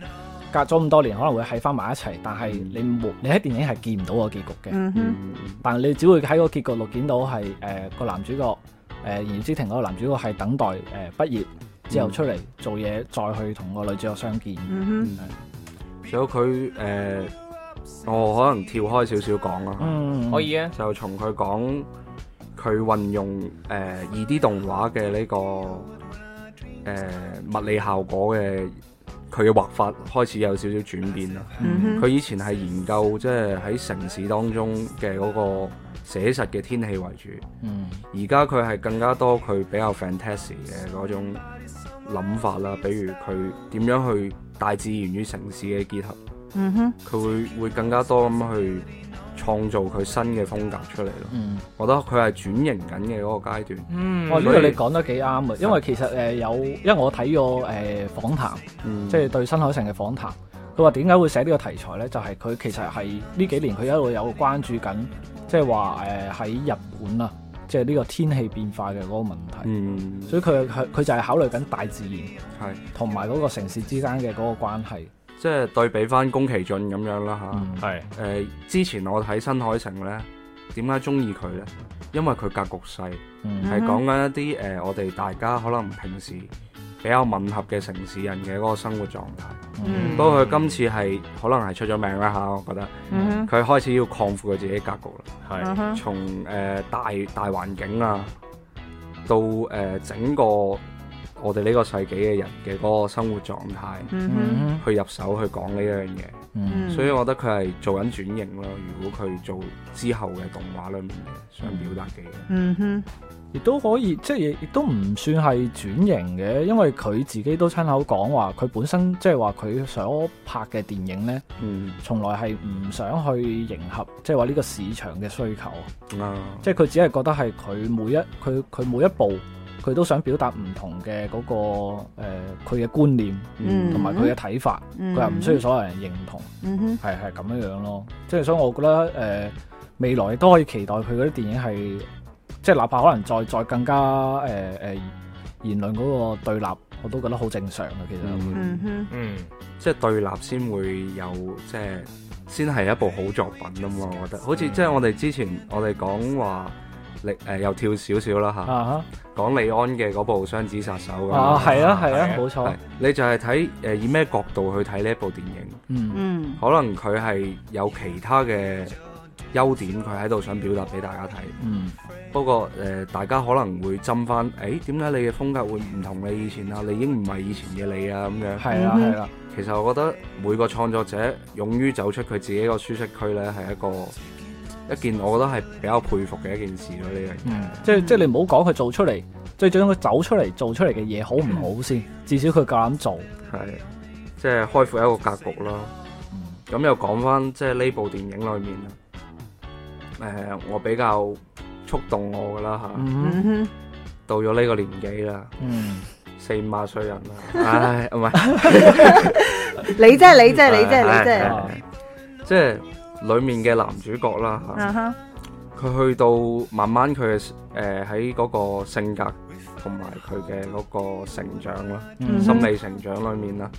[SPEAKER 4] 隔咗咁多年，可能會喺翻埋一齊，但係你冇你喺電影係見唔到個結局嘅，
[SPEAKER 2] 嗯哼，
[SPEAKER 1] 嗯，
[SPEAKER 4] 但係你只會喺個結局度見到係誒個男主角誒嚴之庭嗰個男主角係等待誒畢業之
[SPEAKER 1] 嗯
[SPEAKER 4] 後出嚟做嘢，再去同個女主角相見。
[SPEAKER 2] 嗯哼，
[SPEAKER 1] 仲有佢誒、呃我可能跳開少少講啦，
[SPEAKER 4] 嗯，
[SPEAKER 3] 可以啊，
[SPEAKER 1] 就從佢講佢運用誒二 D 動畫嘅呢、個呃物理效果嘅佢嘅畫法開始有少少轉變啦。
[SPEAKER 2] 嗯
[SPEAKER 1] 佢
[SPEAKER 2] 哼，
[SPEAKER 1] 以前係研究即係喺城市當中嘅嗰個寫實嘅天氣為主。
[SPEAKER 4] 嗯
[SPEAKER 1] 而家佢係更加多佢比較 fantasy 嘅嗰種諗法啦，比如佢點樣去大自然與城市嘅結合，
[SPEAKER 2] 嗯哼，
[SPEAKER 1] 佢會會更加多咁去創造佢新嘅風格出嚟咯。
[SPEAKER 4] 嗯。
[SPEAKER 1] 我覺得佢係轉型緊嘅嗰個階段。
[SPEAKER 3] 嗯
[SPEAKER 4] 哦哇！呢
[SPEAKER 1] 所以
[SPEAKER 4] 個你講得幾啱啊嘅，因為其實誒、呃有，因為我睇過誒訪談，
[SPEAKER 1] 嗯，
[SPEAKER 4] 即係對新海誠嘅訪談，佢話點解會寫呢個題材呢？就係、佢其實係呢幾年佢一路有關注緊，即係話誒喺日本啊，即係呢個天氣變化嘅嗰個問題，
[SPEAKER 1] 嗯
[SPEAKER 4] 所以佢佢佢就係考慮緊大自然
[SPEAKER 1] 係
[SPEAKER 4] 同埋嗰個城市之間嘅嗰個關係。
[SPEAKER 1] 即係對比翻宮崎駿咁樣啦嚇。
[SPEAKER 4] 嗯，
[SPEAKER 3] 係
[SPEAKER 1] 誒、之前我睇新海誠呢，點解中意佢呢？因為佢格局細。
[SPEAKER 4] 嗯
[SPEAKER 1] 係
[SPEAKER 2] 嗯
[SPEAKER 1] 講緊一啲誒、呃我哋大家可能平時比較吻合嘅城市人嘅嗰個生活狀態。
[SPEAKER 2] 嗯
[SPEAKER 1] 不過佢今次係可能係出咗名啦嚇，我覺得
[SPEAKER 2] 嗯哼，
[SPEAKER 1] 佢開始要擴闊佢自己格局啦，
[SPEAKER 2] 嗯
[SPEAKER 3] 係
[SPEAKER 2] 哼，
[SPEAKER 1] 從誒、呃大大環境啊，到誒、呃整個我哋呢個世紀嘅人嘅嗰個生活狀態。
[SPEAKER 2] 嗯
[SPEAKER 4] 嗯
[SPEAKER 1] 去入手去講呢樣嘢，
[SPEAKER 4] 嗯
[SPEAKER 2] 哼，
[SPEAKER 1] 所以我覺得佢係做緊轉型咯。如果佢做之後嘅動畫裏面嘅想表達嘅嘢，
[SPEAKER 2] 嗯哼，
[SPEAKER 4] 亦都可以，即係亦亦都唔算係轉型嘅，因為佢自己都親口講話，佢本身即係話佢所拍嘅電影呢。
[SPEAKER 1] 嗯
[SPEAKER 4] 從來係唔想去迎合，即係話呢個市場嘅需求，
[SPEAKER 1] 啊，
[SPEAKER 4] 即係佢只係覺得係佢每一佢佢每一步佢都想表達唔同嘅嗰、個誒佢嘅觀念
[SPEAKER 2] 嗯
[SPEAKER 4] 同埋佢嘅睇法，佢又唔需要所有人認同，
[SPEAKER 2] 嗯哼，
[SPEAKER 4] 係係咁樣樣咯。即係所以我覺得誒、呃未來都可以期待佢嗰啲電影係，即係哪怕可能再再更加誒誒、呃呃言論嗰個對立，我都覺得好正常嘅其實。
[SPEAKER 2] 嗯哼，
[SPEAKER 3] 嗯，
[SPEAKER 1] 即係對立先會有即係先係一部好作品啊嘛，我
[SPEAKER 4] 嗯
[SPEAKER 1] 覺得好似即係我哋之前我哋講話李誒又跳少少啦嚇，
[SPEAKER 4] 啊
[SPEAKER 1] 講李安嘅嗰部《雙子殺手》咁
[SPEAKER 4] 哈啊，
[SPEAKER 1] 樣，
[SPEAKER 4] 係啊係啊
[SPEAKER 3] 係，啊
[SPEAKER 4] 冇錯
[SPEAKER 1] 係，你就係睇誒以咩角度去睇呢一部電影？
[SPEAKER 4] 嗯
[SPEAKER 2] 嗯
[SPEAKER 1] 可能佢係有其他嘅優點，佢喺度想表達俾大家睇。
[SPEAKER 4] 嗯
[SPEAKER 1] 不過誒、呃大家可能會針翻，誒點解你嘅風格會唔同你以前啊？你已經唔係以前嘅你啊咁樣。
[SPEAKER 4] 係啦係啦，
[SPEAKER 1] 其實我覺得每個創作者勇於走出佢自己個舒適區呢，係一個一件我覺得係比較佩服嘅一件事咯。呢樣
[SPEAKER 4] 嗯，即係即係你唔好講佢做出嚟，最緊要佢走出嚟做出嚟嘅嘢好唔好先，至少佢夠膽做。
[SPEAKER 1] 係即係開闊一個格局啦。
[SPEAKER 4] 嗯
[SPEAKER 1] 咁又講翻即係呢部電影裏面啊，誒、我比較觸動我噶啦嚇，
[SPEAKER 4] 嗯
[SPEAKER 2] 嗯哼，
[SPEAKER 1] 到咗呢個年紀啦，
[SPEAKER 4] 嗯，
[SPEAKER 1] 四五廿歲人啦，唉，唔係。
[SPEAKER 2] 你啫 你啫你啫你啫，
[SPEAKER 4] 啫
[SPEAKER 1] 即係裏面嘅男主角啦嚇
[SPEAKER 2] 啊哈，
[SPEAKER 1] 佢去到慢慢佢嘅誒喺嗰個性格同埋佢嘅嗰個成長啦，
[SPEAKER 4] 嗯
[SPEAKER 2] 嗯
[SPEAKER 1] 心理成長裏面啦，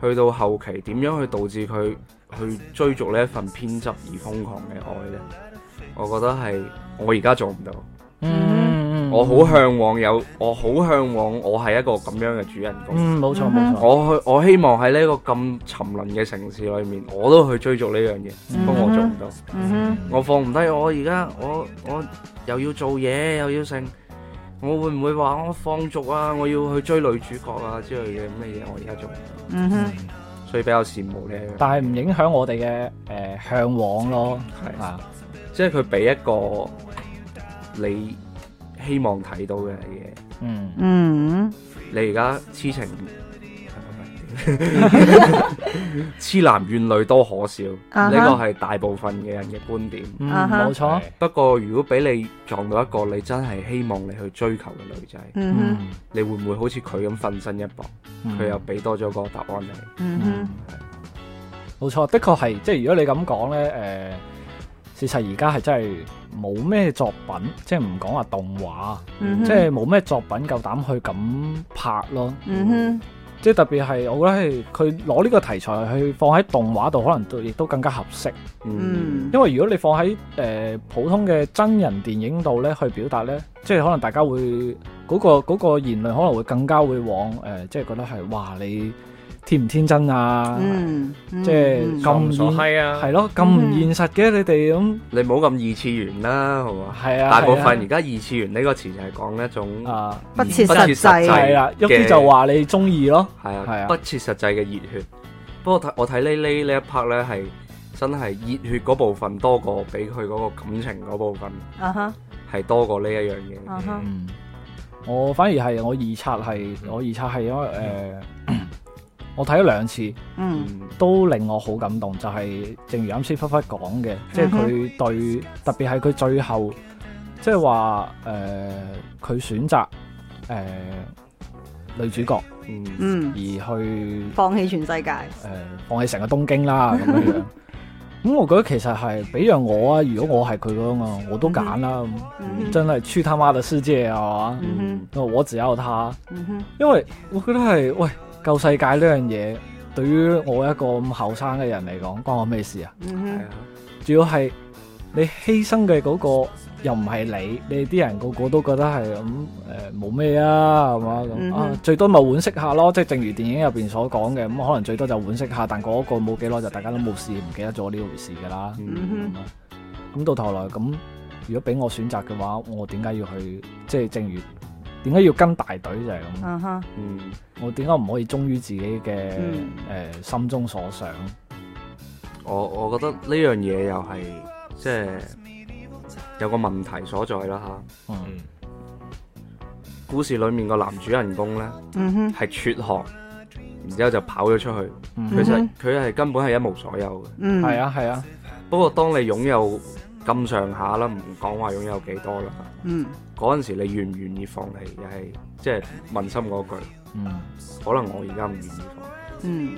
[SPEAKER 1] 去到後期點樣去導致佢去追逐呢一份偏執而瘋狂嘅愛呢？我覺得係我而家做唔到，
[SPEAKER 4] 嗯
[SPEAKER 1] 我好向往有，我好向往我係一個咁樣嘅主人公。
[SPEAKER 4] 嗯，冇錯冇錯，
[SPEAKER 1] 我去，我希望喺呢個咁沉淪嘅城市裏面，我都去追逐呢樣嘢，不過我做唔到。
[SPEAKER 2] 嗯
[SPEAKER 1] 我放唔低，我而家我我又要做嘢，又要剩，我會唔會話我放逐啊？我要去追女主角啊之類嘅咁嘅嘢，我而家做唔到，
[SPEAKER 2] 哼，嗯哼，
[SPEAKER 1] 所以比較羨慕呢一樣。
[SPEAKER 4] 但係唔影響我哋嘅誒向往咯，
[SPEAKER 1] 係
[SPEAKER 4] 啊，
[SPEAKER 1] 即係佢俾一個你希望睇到嘅嘢，
[SPEAKER 4] 嗯
[SPEAKER 2] 嗯
[SPEAKER 1] 你而家痴 情。痴男怨女多可笑，呢
[SPEAKER 2] 啊哈
[SPEAKER 1] 個係大部分嘅人嘅觀點。
[SPEAKER 4] 嗯，
[SPEAKER 2] 啊哈
[SPEAKER 4] 冇錯，
[SPEAKER 1] 不過如果俾你撞到一個你真係希望你去追求嘅女仔，
[SPEAKER 2] 嗯哼，
[SPEAKER 4] 嗯
[SPEAKER 1] 你會唔會好似佢咁瞓身一搏？
[SPEAKER 4] 嗯
[SPEAKER 1] 佢又俾多咗個答案你。
[SPEAKER 2] 嗯哼，
[SPEAKER 4] 冇錯，的確係，即係如果你咁講呢，誒、事實而家係真係冇咩作品，即係唔講話動畫，
[SPEAKER 2] 嗯哼
[SPEAKER 4] 即係冇咩作品夠膽去咁拍咯。
[SPEAKER 2] 嗯哼，
[SPEAKER 4] 即係特別係，我覺得係佢攞呢個題材去放喺動畫度，可能都亦都更加合適。
[SPEAKER 2] 嗯
[SPEAKER 4] 因為如果你放喺誒、呃普通嘅真人電影度呢，去表達呢，即係可能大家會嗰、個嗰、個言論可能會更加會往誒、呃即係覺得係哇你天唔天真啊？
[SPEAKER 2] 嗯，
[SPEAKER 4] 即係
[SPEAKER 3] 咁
[SPEAKER 4] 咁
[SPEAKER 3] 唔傻
[SPEAKER 4] 現
[SPEAKER 3] 閪啊，
[SPEAKER 4] 係咯，咁唔現實嘅你哋咁
[SPEAKER 1] 你唔好咁二次元啦，好嘛？
[SPEAKER 4] 係啊，
[SPEAKER 1] 大部分
[SPEAKER 4] 係
[SPEAKER 1] 而家二次元呢個詞就係講一種
[SPEAKER 4] 啊啊
[SPEAKER 2] 不切
[SPEAKER 1] 不切
[SPEAKER 2] 實
[SPEAKER 1] 實際
[SPEAKER 4] 係
[SPEAKER 2] 際，
[SPEAKER 4] 啦，一
[SPEAKER 1] 嘅
[SPEAKER 4] 啲啊就話你中意咯，
[SPEAKER 1] 係
[SPEAKER 4] 係啊
[SPEAKER 1] 啊不切實際嘅熱血。不過睇我睇呢呢呢一 part 呢，係真係熱血嗰部分多過俾佢嗰個感情嗰部分
[SPEAKER 2] 啊哈，
[SPEAKER 1] 係多過呢一樣嘢。
[SPEAKER 2] 啊哈，
[SPEAKER 4] 嗯，我反而係我二刷係我二刷係因為誒，我睇咗兩次
[SPEAKER 2] 嗯
[SPEAKER 1] 嗯
[SPEAKER 4] 都令我好感動，就係正如啱先忽忽講
[SPEAKER 2] 嗯
[SPEAKER 4] 嘅，即係佢對特別係佢最後即係話誒，佢選擇誒女主角
[SPEAKER 1] 嗯
[SPEAKER 4] 而
[SPEAKER 2] 嗯，
[SPEAKER 4] 去
[SPEAKER 2] 放棄全世界，
[SPEAKER 4] 誒、放棄成個東京啦咁樣 樣。咁我覺得其實係俾樣我啊，如果我係佢嗰個，我都揀啦。
[SPEAKER 2] 嗯哼，
[SPEAKER 4] 真係去他媽的世界啊！係嘛
[SPEAKER 2] 嗯
[SPEAKER 4] 我只有他，
[SPEAKER 2] 哼，嗯哼，
[SPEAKER 4] 因為我覺得係喂救世界呢樣嘢，對於我一個咁後生嘅人嚟講，關我咩事啊？
[SPEAKER 2] 嗯
[SPEAKER 1] 係
[SPEAKER 2] 哼，
[SPEAKER 1] 啊，
[SPEAKER 4] 主要係你犧牲嘅嗰、個又唔係你，你啲人個個都覺得係咁誒冇咩啊，係嘛
[SPEAKER 2] 嗯
[SPEAKER 4] 咁
[SPEAKER 2] 哼
[SPEAKER 4] 啊，最多咪惋惜下咯，即係正如電影入邊所講嘅，咁可能最多就惋惜下，但嗰個冇幾耐就大家都冇事，唔記得咗呢回事㗎啦。
[SPEAKER 2] 嗯
[SPEAKER 4] 咁到頭來咁，如果俾我選擇嘅話，我點解要去？即係正如點解要跟大隊就係咁，
[SPEAKER 2] 啊哈，
[SPEAKER 1] 嗯
[SPEAKER 4] 我點解唔可以忠於自己嘅誒、
[SPEAKER 2] 嗯
[SPEAKER 4] 心中所想？
[SPEAKER 1] 我我覺得呢樣嘢又係即係有個問題所在啦嚇。
[SPEAKER 4] 嗯
[SPEAKER 3] 嗯，
[SPEAKER 1] 故事裏面個男主人公呢，
[SPEAKER 2] 嗯哼，
[SPEAKER 1] 係輟學，然之後就跑咗出去。
[SPEAKER 4] 嗯
[SPEAKER 1] 其
[SPEAKER 2] 嗯
[SPEAKER 1] 實佢係根本係一無所有嘅。
[SPEAKER 2] 嗯，
[SPEAKER 4] 係，啊係啊，
[SPEAKER 1] 不過當你擁有咁上下啦，唔講話擁有幾多啦。
[SPEAKER 2] 嗯，
[SPEAKER 1] 嗰陣時你願唔願意放棄，又係即係問心嗰句，
[SPEAKER 3] 嗯，
[SPEAKER 1] 可能我而家唔願意放，
[SPEAKER 2] 嗯，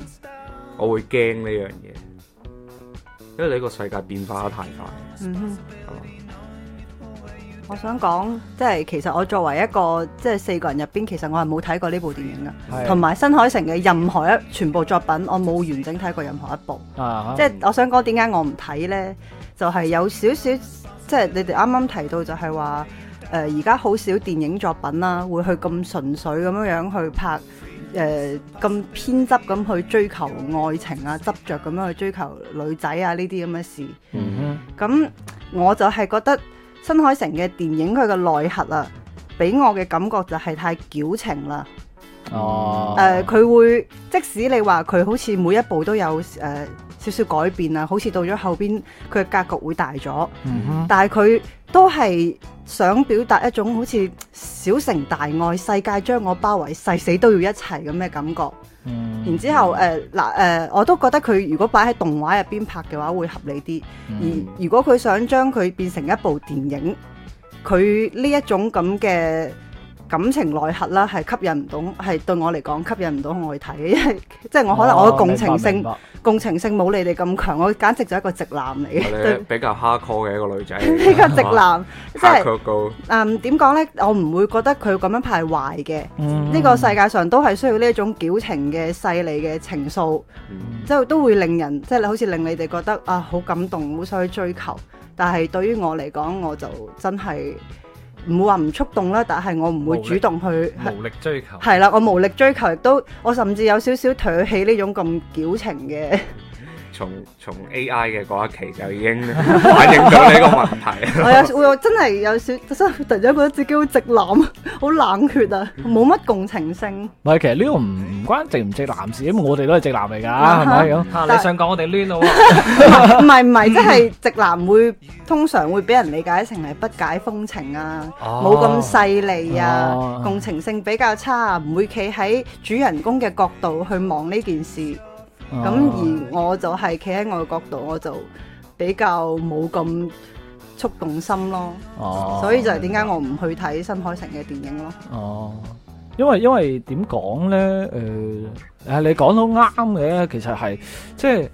[SPEAKER 1] 我會驚呢樣嘢，因為你個世界變化得太快，
[SPEAKER 2] 嗯
[SPEAKER 1] 係
[SPEAKER 2] 哼。
[SPEAKER 1] 嘛？
[SPEAKER 2] 我想講，即係其實我作為一個即係四個人入邊，其實我係冇睇過呢部電影噶，
[SPEAKER 4] 啊
[SPEAKER 2] 同埋新海誠嘅任何一全部作品，我冇完整睇過任何一部。
[SPEAKER 4] 啊，
[SPEAKER 2] 即係我想講點解我唔睇呢？就係、有少少即係你哋啱啱提到就係話誒，而家好少電影作品啦，會去咁純粹咁樣樣去拍誒咁、偏執咁去追求愛情啊，執着咁樣去追求女仔啊呢啲咁嘅事。
[SPEAKER 4] 嗯
[SPEAKER 2] 咁我就係覺得新海誠嘅電影佢嘅內核啊，俾我嘅感覺就係太矯情啦。
[SPEAKER 4] 哼，哦
[SPEAKER 2] 誒、，呃佢會即使你話佢好似每一步都有誒、呃少少改變啊，好似到咗後邊佢嘅格局會大咗，
[SPEAKER 4] 嗯哼，
[SPEAKER 2] 但係佢都係想表達一種好似小城大愛，世界將我包圍，誓死都要一齊咁嘅感覺。
[SPEAKER 4] 嗯
[SPEAKER 2] 然之後誒嗱誒，我都覺得佢如果擺喺動畫入邊拍嘅話，會合理啲。
[SPEAKER 4] 嗯
[SPEAKER 2] 而如果佢想將佢變成一部電影，佢呢一種咁嘅感情內核啦，係吸引唔到，係對我嚟講吸引唔到我去睇嘅，因為 即係我可能我嘅共情性、
[SPEAKER 4] 哦
[SPEAKER 2] 共情性冇你哋咁強，我簡直就係一個直男嚟 嘅，
[SPEAKER 1] 你
[SPEAKER 2] 對
[SPEAKER 1] 係比較 hardcore 嘅一個女仔，
[SPEAKER 2] 呢個直 男，即係
[SPEAKER 1] hardcore 高，
[SPEAKER 2] 嗯點講呢？我唔會覺得佢咁樣派壞嘅。
[SPEAKER 4] 明白
[SPEAKER 2] 呢個世界上都係需要呢一種矯情嘅細膩嘅情愫，即係都會令人即係好似令你哋覺得啊好感動，好想去追求。但係對於我嚟講，我就真係唔會話唔觸動啦，但係我唔會
[SPEAKER 3] 無力
[SPEAKER 2] 主動去
[SPEAKER 3] 無力追求，
[SPEAKER 2] 係啦，我無力追求，亦都我甚至有少少唾棄呢種咁矯情 嘅。
[SPEAKER 1] 從從 AI 嘅嗰一期就已經反映到呢個問 題。
[SPEAKER 2] 我有會有真係有少真係突然間覺得自己好直男，好冷血啊，冇乜共情性。
[SPEAKER 4] 唔係，其實呢個唔唔關直唔直男事，因為我哋都係直男嚟㗎，
[SPEAKER 2] 啊
[SPEAKER 4] 係
[SPEAKER 2] 哈
[SPEAKER 4] 咪咁？
[SPEAKER 3] 啊，
[SPEAKER 2] 但
[SPEAKER 3] 你想講我哋攣佬啊？
[SPEAKER 2] 唔係唔係，即係直男會通常會俾人理解成係不解風情啊，
[SPEAKER 3] 哦
[SPEAKER 2] 冇咁細膩啊，
[SPEAKER 4] 哦
[SPEAKER 2] 共情性比較差啊，唔會企喺主人公嘅角度去望呢件事。咁
[SPEAKER 4] 哦
[SPEAKER 2] 而我就係企喺我嘅角度，我就比較冇咁觸動心咯。
[SPEAKER 4] 哦
[SPEAKER 2] 所以就係點解我唔去睇新海誠嘅電影咯。
[SPEAKER 4] 哦，因為因為點講咧？誒、誒，你講到啱嘅，其實係即係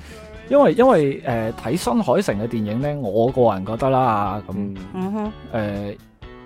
[SPEAKER 4] 因為因為誒睇、新海誠嘅電影咧，我個人覺得啦，咁誒、
[SPEAKER 1] 嗯，
[SPEAKER 2] 嗯哼，
[SPEAKER 4] 呃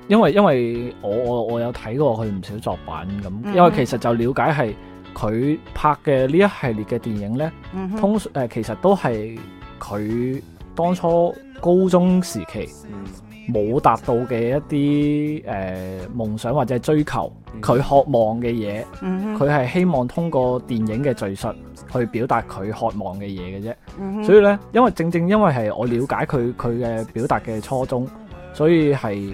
[SPEAKER 4] 因為因為我我我有睇過佢唔少作品，咁
[SPEAKER 2] 嗯
[SPEAKER 4] 因為其實就了解係佢拍嘅呢一系列嘅電影咧，
[SPEAKER 2] 嗯哼，
[SPEAKER 4] 通誒、其實都係佢當初高中時期。
[SPEAKER 1] 嗯
[SPEAKER 4] 冇達到嘅一啲誒、呃、夢想或者係追求，
[SPEAKER 1] 嗯
[SPEAKER 4] 佢渴望嘅嘢，
[SPEAKER 2] 嗯哼，
[SPEAKER 4] 佢係希望通過電影嘅敘述去表達佢渴望嘅嘢嘅啫。
[SPEAKER 2] 嗯哼
[SPEAKER 4] 所以呢，因為正正因為係我了解佢佢嘅表達嘅初衷，所以係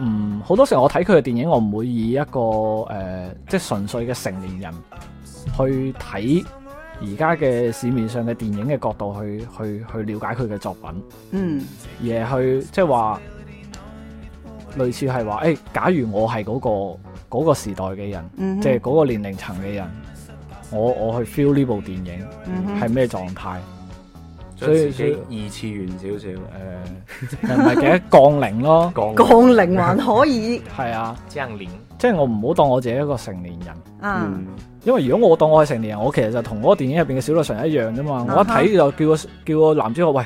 [SPEAKER 4] 嗯好多時候我睇佢嘅電影，我唔會以一個誒、呃即係純粹嘅成年人去睇而家嘅市面上嘅電影嘅角度去去去了解佢嘅作品。
[SPEAKER 2] 嗯
[SPEAKER 4] 而係去即係話類似係話，誒、假如我係嗰、個嗰、個時代嘅人，
[SPEAKER 2] 嗯哼，
[SPEAKER 4] 即係嗰個年齡層嘅人，我我去 feel 呢部電影
[SPEAKER 2] 嗯哼
[SPEAKER 4] 係咩狀態？
[SPEAKER 1] 將自
[SPEAKER 4] 所以
[SPEAKER 1] 己二次元少
[SPEAKER 2] 啊
[SPEAKER 1] 少，
[SPEAKER 4] 誒唔係嘅，降齡 咯，
[SPEAKER 1] 降
[SPEAKER 2] 降齡還可以
[SPEAKER 4] 係啊，
[SPEAKER 3] 張臉
[SPEAKER 4] 即係我唔好當我自己一個成年人，
[SPEAKER 2] 啊。
[SPEAKER 1] 嗯
[SPEAKER 4] 因為如果我當我係成年人，我其實就同嗰個電影入邊嘅小女神一樣啫
[SPEAKER 2] 啊
[SPEAKER 4] 嘛。我一睇就叫個叫個男主角喂。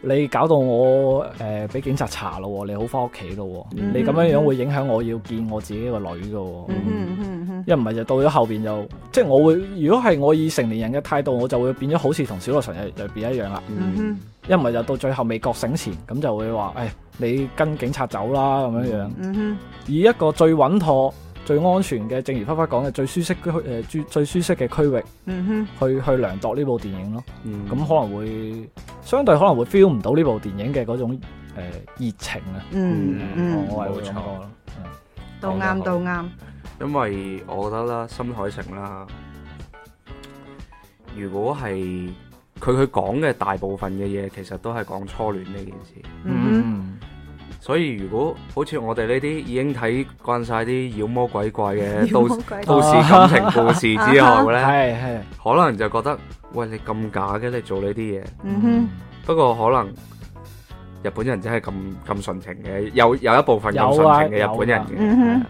[SPEAKER 4] 你搞到我誒俾、警察查咯喎，你好翻屋企咯喎，
[SPEAKER 2] 嗯
[SPEAKER 4] 你咁樣樣會影響我要見我自己個女噶喎。
[SPEAKER 2] 嗯哼嗯哼
[SPEAKER 4] 一唔係就到咗後邊就，即係我會，如果係我以成年人嘅態度，我就會變咗好似同小羅神入入邊一樣啦。
[SPEAKER 2] 嗯
[SPEAKER 1] 嗯
[SPEAKER 2] 哼
[SPEAKER 4] 一唔係就到最後未覺醒前，咁就會話，誒、哎你跟警察走啦咁樣樣，
[SPEAKER 2] 嗯哼。
[SPEAKER 4] 以一個最穩妥、最安全嘅，正如忽忽講嘅，最舒適區誒最最舒適嘅區域
[SPEAKER 2] 嗯
[SPEAKER 4] 去去量度呢部電影咯。
[SPEAKER 1] 嗯
[SPEAKER 4] 咁可能會相對可能會 feel 唔到呢部電影嘅嗰種誒、呃、熱情啊，
[SPEAKER 2] 哼，嗯嗯，
[SPEAKER 4] 我係會咁覺
[SPEAKER 3] 冇錯
[SPEAKER 4] 咯。
[SPEAKER 2] 都啱，都啱。
[SPEAKER 1] 因為我覺得啦，深海城啦，如果係佢佢講嘅大部分嘅嘢，其實都係講初戀呢件事。
[SPEAKER 2] 嗯
[SPEAKER 1] 所以如果好似我哋呢啲已經睇慣晒啲妖魔鬼怪 嘅
[SPEAKER 2] 妖魔
[SPEAKER 1] 都
[SPEAKER 2] 鬼怪啊
[SPEAKER 1] 都市感情故事之後 呢，
[SPEAKER 4] 係係
[SPEAKER 1] 可能就覺得喂你咁假嘅，你做呢啲嘢。
[SPEAKER 2] 哼，嗯哼，
[SPEAKER 1] 不過可能日本人真係咁咁純情嘅，有有一部分咁
[SPEAKER 4] 有啊
[SPEAKER 1] 純情嘅日本人
[SPEAKER 4] 有
[SPEAKER 2] 啊嗯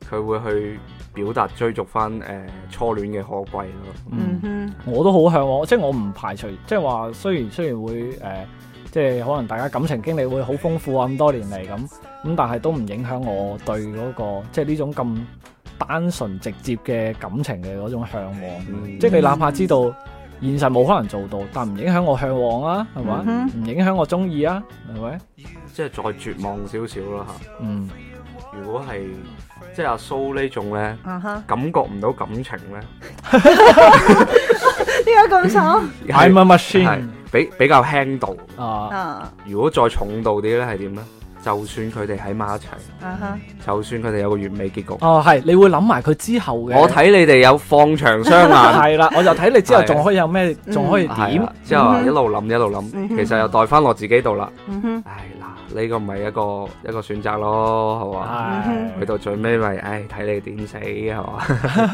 [SPEAKER 1] 嘅，佢、會去表達追逐翻誒、呃初戀嘅可貴咯。
[SPEAKER 2] 嗯哼，
[SPEAKER 4] 我都好向往，即係我唔排除，即係話雖然雖然會誒、呃即係可能大家感情經歷會好豐富啊，咁多年嚟咁咁，但係都唔影響我對嗰、個即係呢種咁單純直接嘅感情嘅嗰種向往。
[SPEAKER 1] 嗯
[SPEAKER 4] 即係你哪怕知道現實冇可能做到，但唔影響我向往啊，係嘛？
[SPEAKER 2] 嗯
[SPEAKER 4] 唔影響我中意啊，係咪？
[SPEAKER 1] 即係再絕望少少啦嚇。
[SPEAKER 4] 嗯，
[SPEAKER 1] 如果係即係阿蘇呢種咧，
[SPEAKER 2] 啊哈，
[SPEAKER 1] 感覺唔到感情咧，
[SPEAKER 2] 點解咁慘
[SPEAKER 4] I'm a
[SPEAKER 1] 係
[SPEAKER 4] machine
[SPEAKER 1] 比比較輕度。
[SPEAKER 4] 啊，
[SPEAKER 2] 啊？
[SPEAKER 1] 如果再重度啲咧係點咧？就算佢哋喺埋一齊，
[SPEAKER 2] 啊哈，
[SPEAKER 1] 就算佢哋有個完美結局，
[SPEAKER 4] 哦係，你會諗埋佢之後嘅。
[SPEAKER 1] 我睇你哋有放長雙眼。啊
[SPEAKER 4] 係啦，我就睇你之後
[SPEAKER 1] 係
[SPEAKER 4] 仲可以有咩，仲可以
[SPEAKER 1] 係
[SPEAKER 4] 點
[SPEAKER 1] 啦？之後啊
[SPEAKER 2] 嗯
[SPEAKER 1] 一路諗一路諗，
[SPEAKER 2] 嗯
[SPEAKER 1] 其實又代翻落自己度啦。
[SPEAKER 2] 嗯哼，
[SPEAKER 1] 唉嗱，呢個咪一個一個選擇咯，係
[SPEAKER 2] 啊
[SPEAKER 1] 嘛？
[SPEAKER 4] 唉
[SPEAKER 1] 去到最尾咪唉睇你點死係嘛？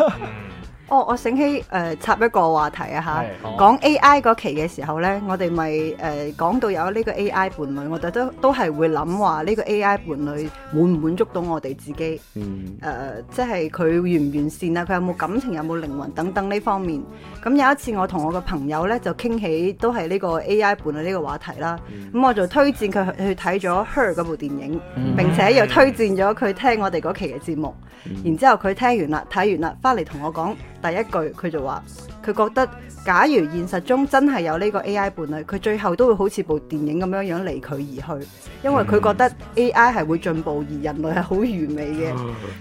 [SPEAKER 2] 哦，我醒起誒插一個話題啊嚇。
[SPEAKER 4] 係
[SPEAKER 2] 講 A.I. 嗰期嘅時候呢，我哋咪誒講到有呢個 A.I. 伴侶，我哋都都係會諗話呢個 A.I. 伴侶滿唔滿足到我哋自己。
[SPEAKER 1] 嗯
[SPEAKER 2] 誒、呃即係佢完唔完善啊，佢有冇感情，有冇靈魂等等呢方面。咁有一次我同我個朋友呢，就傾起都係呢個 AI 伴侶呢個話題啦。咁、我就推薦佢去去睇咗《Her》嗰部電影，並且又推薦咗佢聽我哋嗰期嘅節目。
[SPEAKER 1] 嗯
[SPEAKER 2] 然之後佢聽完啦，睇完啦，翻嚟同我講第一句，佢就話佢覺得假如現實中真係有呢個 AI 伴侶，佢最後都會好似部電影咁樣樣離佢而去，因為佢覺得 AI 係會進步，而人類係好愚昧嘅。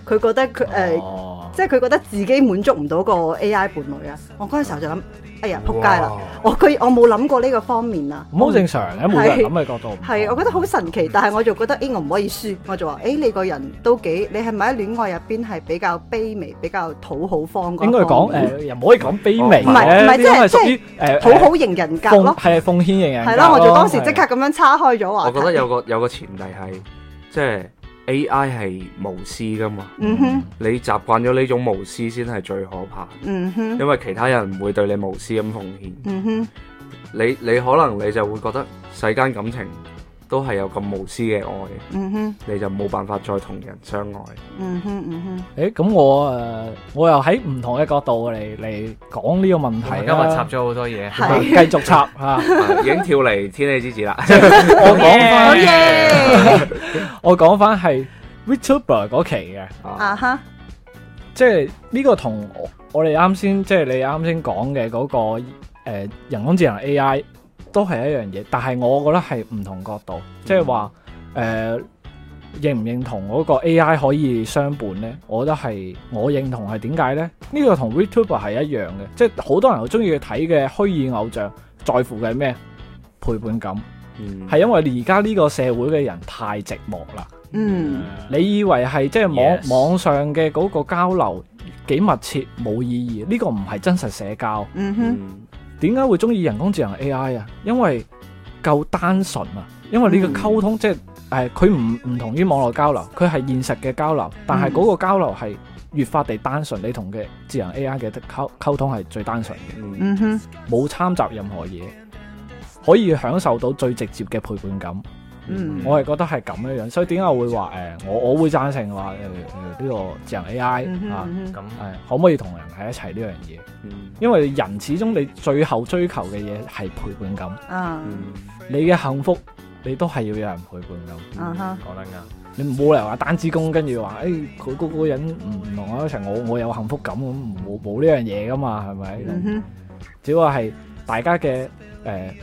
[SPEAKER 2] 佢覺得佢誒，
[SPEAKER 3] 哦
[SPEAKER 2] 即係佢覺得自己滿足唔到個 AI 伴侶啊！我嗰陣時候就諗，哎呀，撲街啦！我居我冇諗過呢個方面啊！
[SPEAKER 4] 咁好正常嘅，每個人諗嘅角度唔同
[SPEAKER 2] 係，我覺得好神奇，但係我就覺得，誒、我唔可以輸，我就話，誒、你個人都幾，你係咪喺戀愛入邊係比較卑微、比較討好方嗰
[SPEAKER 4] 應該
[SPEAKER 2] 方
[SPEAKER 4] 講
[SPEAKER 2] 面
[SPEAKER 4] 誒，又唔可以講卑
[SPEAKER 1] 唔
[SPEAKER 2] 係
[SPEAKER 4] 微
[SPEAKER 2] 唔係
[SPEAKER 4] 嘅，呢啲係
[SPEAKER 2] 即係
[SPEAKER 4] 屬於誒
[SPEAKER 2] 討好型人格
[SPEAKER 4] 誒奉
[SPEAKER 2] 咯，
[SPEAKER 4] 係奉獻型人格哦
[SPEAKER 2] 係咯，我就當時即刻咁樣叉開咗話
[SPEAKER 1] 我
[SPEAKER 2] 題。
[SPEAKER 1] 覺得有個有個前提係即係 A.I. 係無私噶嘛，
[SPEAKER 2] 嗯哼，
[SPEAKER 1] 你習慣咗呢種無私先係最可怕，
[SPEAKER 2] 嗯哼，
[SPEAKER 1] 因為其他人唔會對你無私咁奉獻。
[SPEAKER 2] 嗯哼，
[SPEAKER 1] 你你可能你就會覺得世間感情都係有咁無私嘅愛，
[SPEAKER 2] 嗯哼，
[SPEAKER 1] 你就冇辦法再同人相愛。
[SPEAKER 2] 嗯哼，嗯哼，
[SPEAKER 4] 誒咁我誒我又喺唔同嘅角度嚟嚟講呢個問
[SPEAKER 3] 係
[SPEAKER 4] 題
[SPEAKER 3] 今日插
[SPEAKER 4] 啦，啊
[SPEAKER 3] 咗好多嘢，
[SPEAKER 2] 係
[SPEAKER 4] 繼續插 嚇。
[SPEAKER 1] 啊已經跳離天氣之子啦。
[SPEAKER 4] 我講
[SPEAKER 2] 好
[SPEAKER 4] 翻
[SPEAKER 2] 嘢！
[SPEAKER 4] 我講翻係 Vtuber 嗰期嘅，
[SPEAKER 2] 啊
[SPEAKER 1] 啊，
[SPEAKER 2] 哈，
[SPEAKER 4] 即係呢個同我我哋啱先即係你啱先講嘅嗰個誒人工智能 AI 都係一樣嘢，但係我覺得係唔同角度，即係話誒認唔認同嗰個 AI 可以相伴呢？我覺得係我認同係點解呢？呢、個同 VTuber 係一樣嘅，即係好多人好中意去睇嘅虛擬偶像，在乎嘅係咩陪伴感，
[SPEAKER 1] 嗯
[SPEAKER 4] 係因為而家呢個社會嘅人太寂寞啦。
[SPEAKER 2] 嗯，
[SPEAKER 4] 你以為係即係網
[SPEAKER 3] Yes
[SPEAKER 4] 網上嘅嗰個交流幾密切冇意義？呢、個唔係真實社交。
[SPEAKER 2] 嗯哼，
[SPEAKER 1] 嗯
[SPEAKER 4] 點解會中意人工智能 AI 啊？因為夠單純啊！因為呢個溝通、即係誒，佢唔唔同於網絡交流，佢係現實嘅交流，但係嗰個交流係越發地單純。你同嘅智能 AI 嘅溝溝通係最單純嘅，
[SPEAKER 1] 嗯
[SPEAKER 2] 嗯哼，
[SPEAKER 4] 冇參雜任何嘢，可以享受到最直接嘅陪伴感。
[SPEAKER 2] 嗯
[SPEAKER 4] 我係覺得係咁樣樣，所以點解我會話誒、我我會贊成話誒誒呢個智能 AI、
[SPEAKER 2] 嗯哼，
[SPEAKER 4] 啊，
[SPEAKER 2] 嗯哼
[SPEAKER 3] 咁
[SPEAKER 4] 係可唔可以同人喺一齊呢樣嘢？
[SPEAKER 1] 嗯
[SPEAKER 4] 因為人始終你最後追求嘅嘢係陪伴感，
[SPEAKER 2] 啊，
[SPEAKER 1] 嗯
[SPEAKER 4] 你嘅幸福你都係要有人陪伴感，
[SPEAKER 2] 啊哈，
[SPEAKER 3] 講得啱，
[SPEAKER 4] 你冇理由話單支公跟住話誒佢嗰個人唔同啊我一齊，我我有幸福感咁冇冇呢樣嘢噶嘛，係咪？
[SPEAKER 2] 嗯哼，
[SPEAKER 4] 只不過係大家嘅誒、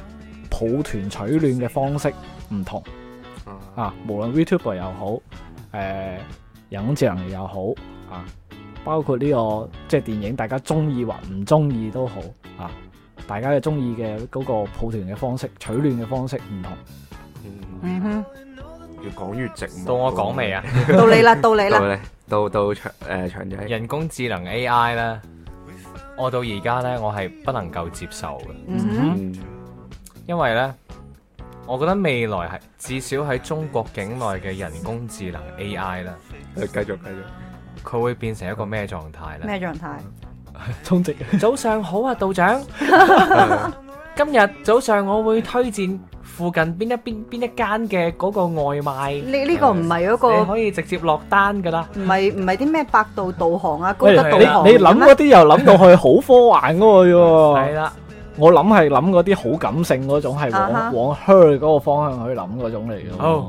[SPEAKER 4] 抱團取暖嘅方式唔同。
[SPEAKER 1] 啊，
[SPEAKER 4] 啊，無論 VTuber 又好，誒、人工智能又好啊，包括呢、個即係電影，大家中意或唔中意都好啊，大家嘅中意嘅嗰個抱團嘅方式、取暖嘅方式唔同。
[SPEAKER 1] 嗯
[SPEAKER 2] 嗯哼，
[SPEAKER 1] 越講越寂寞。
[SPEAKER 3] 到我講未啊？？
[SPEAKER 2] 到你啦，到你啦
[SPEAKER 1] 到。你，到到長誒長仔。
[SPEAKER 3] 人工智能 AI 咧，我到而家咧，我係不能夠接受嘅。
[SPEAKER 2] 嗯
[SPEAKER 1] 嗯
[SPEAKER 3] 因為呢，我覺得未來係至少喺中國境內嘅人工智能 AI 啦，
[SPEAKER 1] 誒繼續繼 續。
[SPEAKER 3] 佢會變成一個咩狀態
[SPEAKER 2] 哼，
[SPEAKER 3] 呢？
[SPEAKER 2] 咩狀態？
[SPEAKER 4] 充值
[SPEAKER 3] 早上好啊，道長。今日早上我會推薦附近邊一邊邊一間嘅嗰個外賣，
[SPEAKER 2] 呢呢個唔係嗰
[SPEAKER 3] 你
[SPEAKER 2] 個，
[SPEAKER 3] 可以直接落單噶啦。
[SPEAKER 2] 唔係唔係啲咩百度導航啊、高
[SPEAKER 4] 喂
[SPEAKER 2] 德
[SPEAKER 4] 你
[SPEAKER 2] 導航
[SPEAKER 4] 你諗
[SPEAKER 2] 咁
[SPEAKER 4] 嗰啲又諗到去好科幻 嗰個
[SPEAKER 3] 係
[SPEAKER 2] 啊
[SPEAKER 4] 喎，
[SPEAKER 3] 啦，
[SPEAKER 4] 我諗係諗嗰啲好感性嗰種，係
[SPEAKER 2] 啊哈
[SPEAKER 4] 往往 her 嗰個方向去諗嗰種嚟嘅。
[SPEAKER 3] 好
[SPEAKER 2] 樣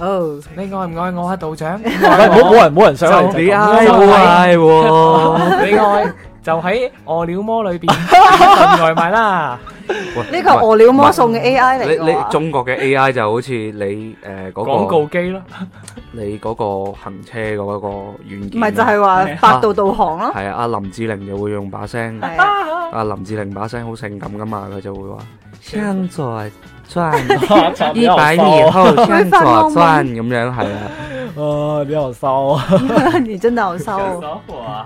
[SPEAKER 2] 哦，
[SPEAKER 3] 你愛唔愛我啊，道長？
[SPEAKER 4] 唔係冇冇人冇人想嚟
[SPEAKER 1] 你
[SPEAKER 4] 就
[SPEAKER 1] 嗌
[SPEAKER 3] 就係
[SPEAKER 1] 喎，喎，
[SPEAKER 3] 你愛就喺餓了麼裏邊點份外賣啦。
[SPEAKER 1] 喂
[SPEAKER 2] 呢個餓了魔送嘅 AI
[SPEAKER 1] 你
[SPEAKER 2] 嚟
[SPEAKER 1] 你
[SPEAKER 2] 㗎喎。
[SPEAKER 1] 中國嘅 AI 就好似你誒
[SPEAKER 3] 廣
[SPEAKER 1] 嗰個
[SPEAKER 3] 告機咯，
[SPEAKER 1] 你嗰個行車嗰個軟件，啊
[SPEAKER 2] 唔係就係話百度導航咯，
[SPEAKER 1] 係啊，阿林志玲就會用把聲，
[SPEAKER 2] 係啊
[SPEAKER 1] 阿林志玲把聲好性感噶嘛，佢就會 話向左轉一 百米
[SPEAKER 4] 年，
[SPEAKER 1] 後向左轉咁樣係 啊，
[SPEAKER 4] 啊，比較收。
[SPEAKER 2] 你真係好收喎。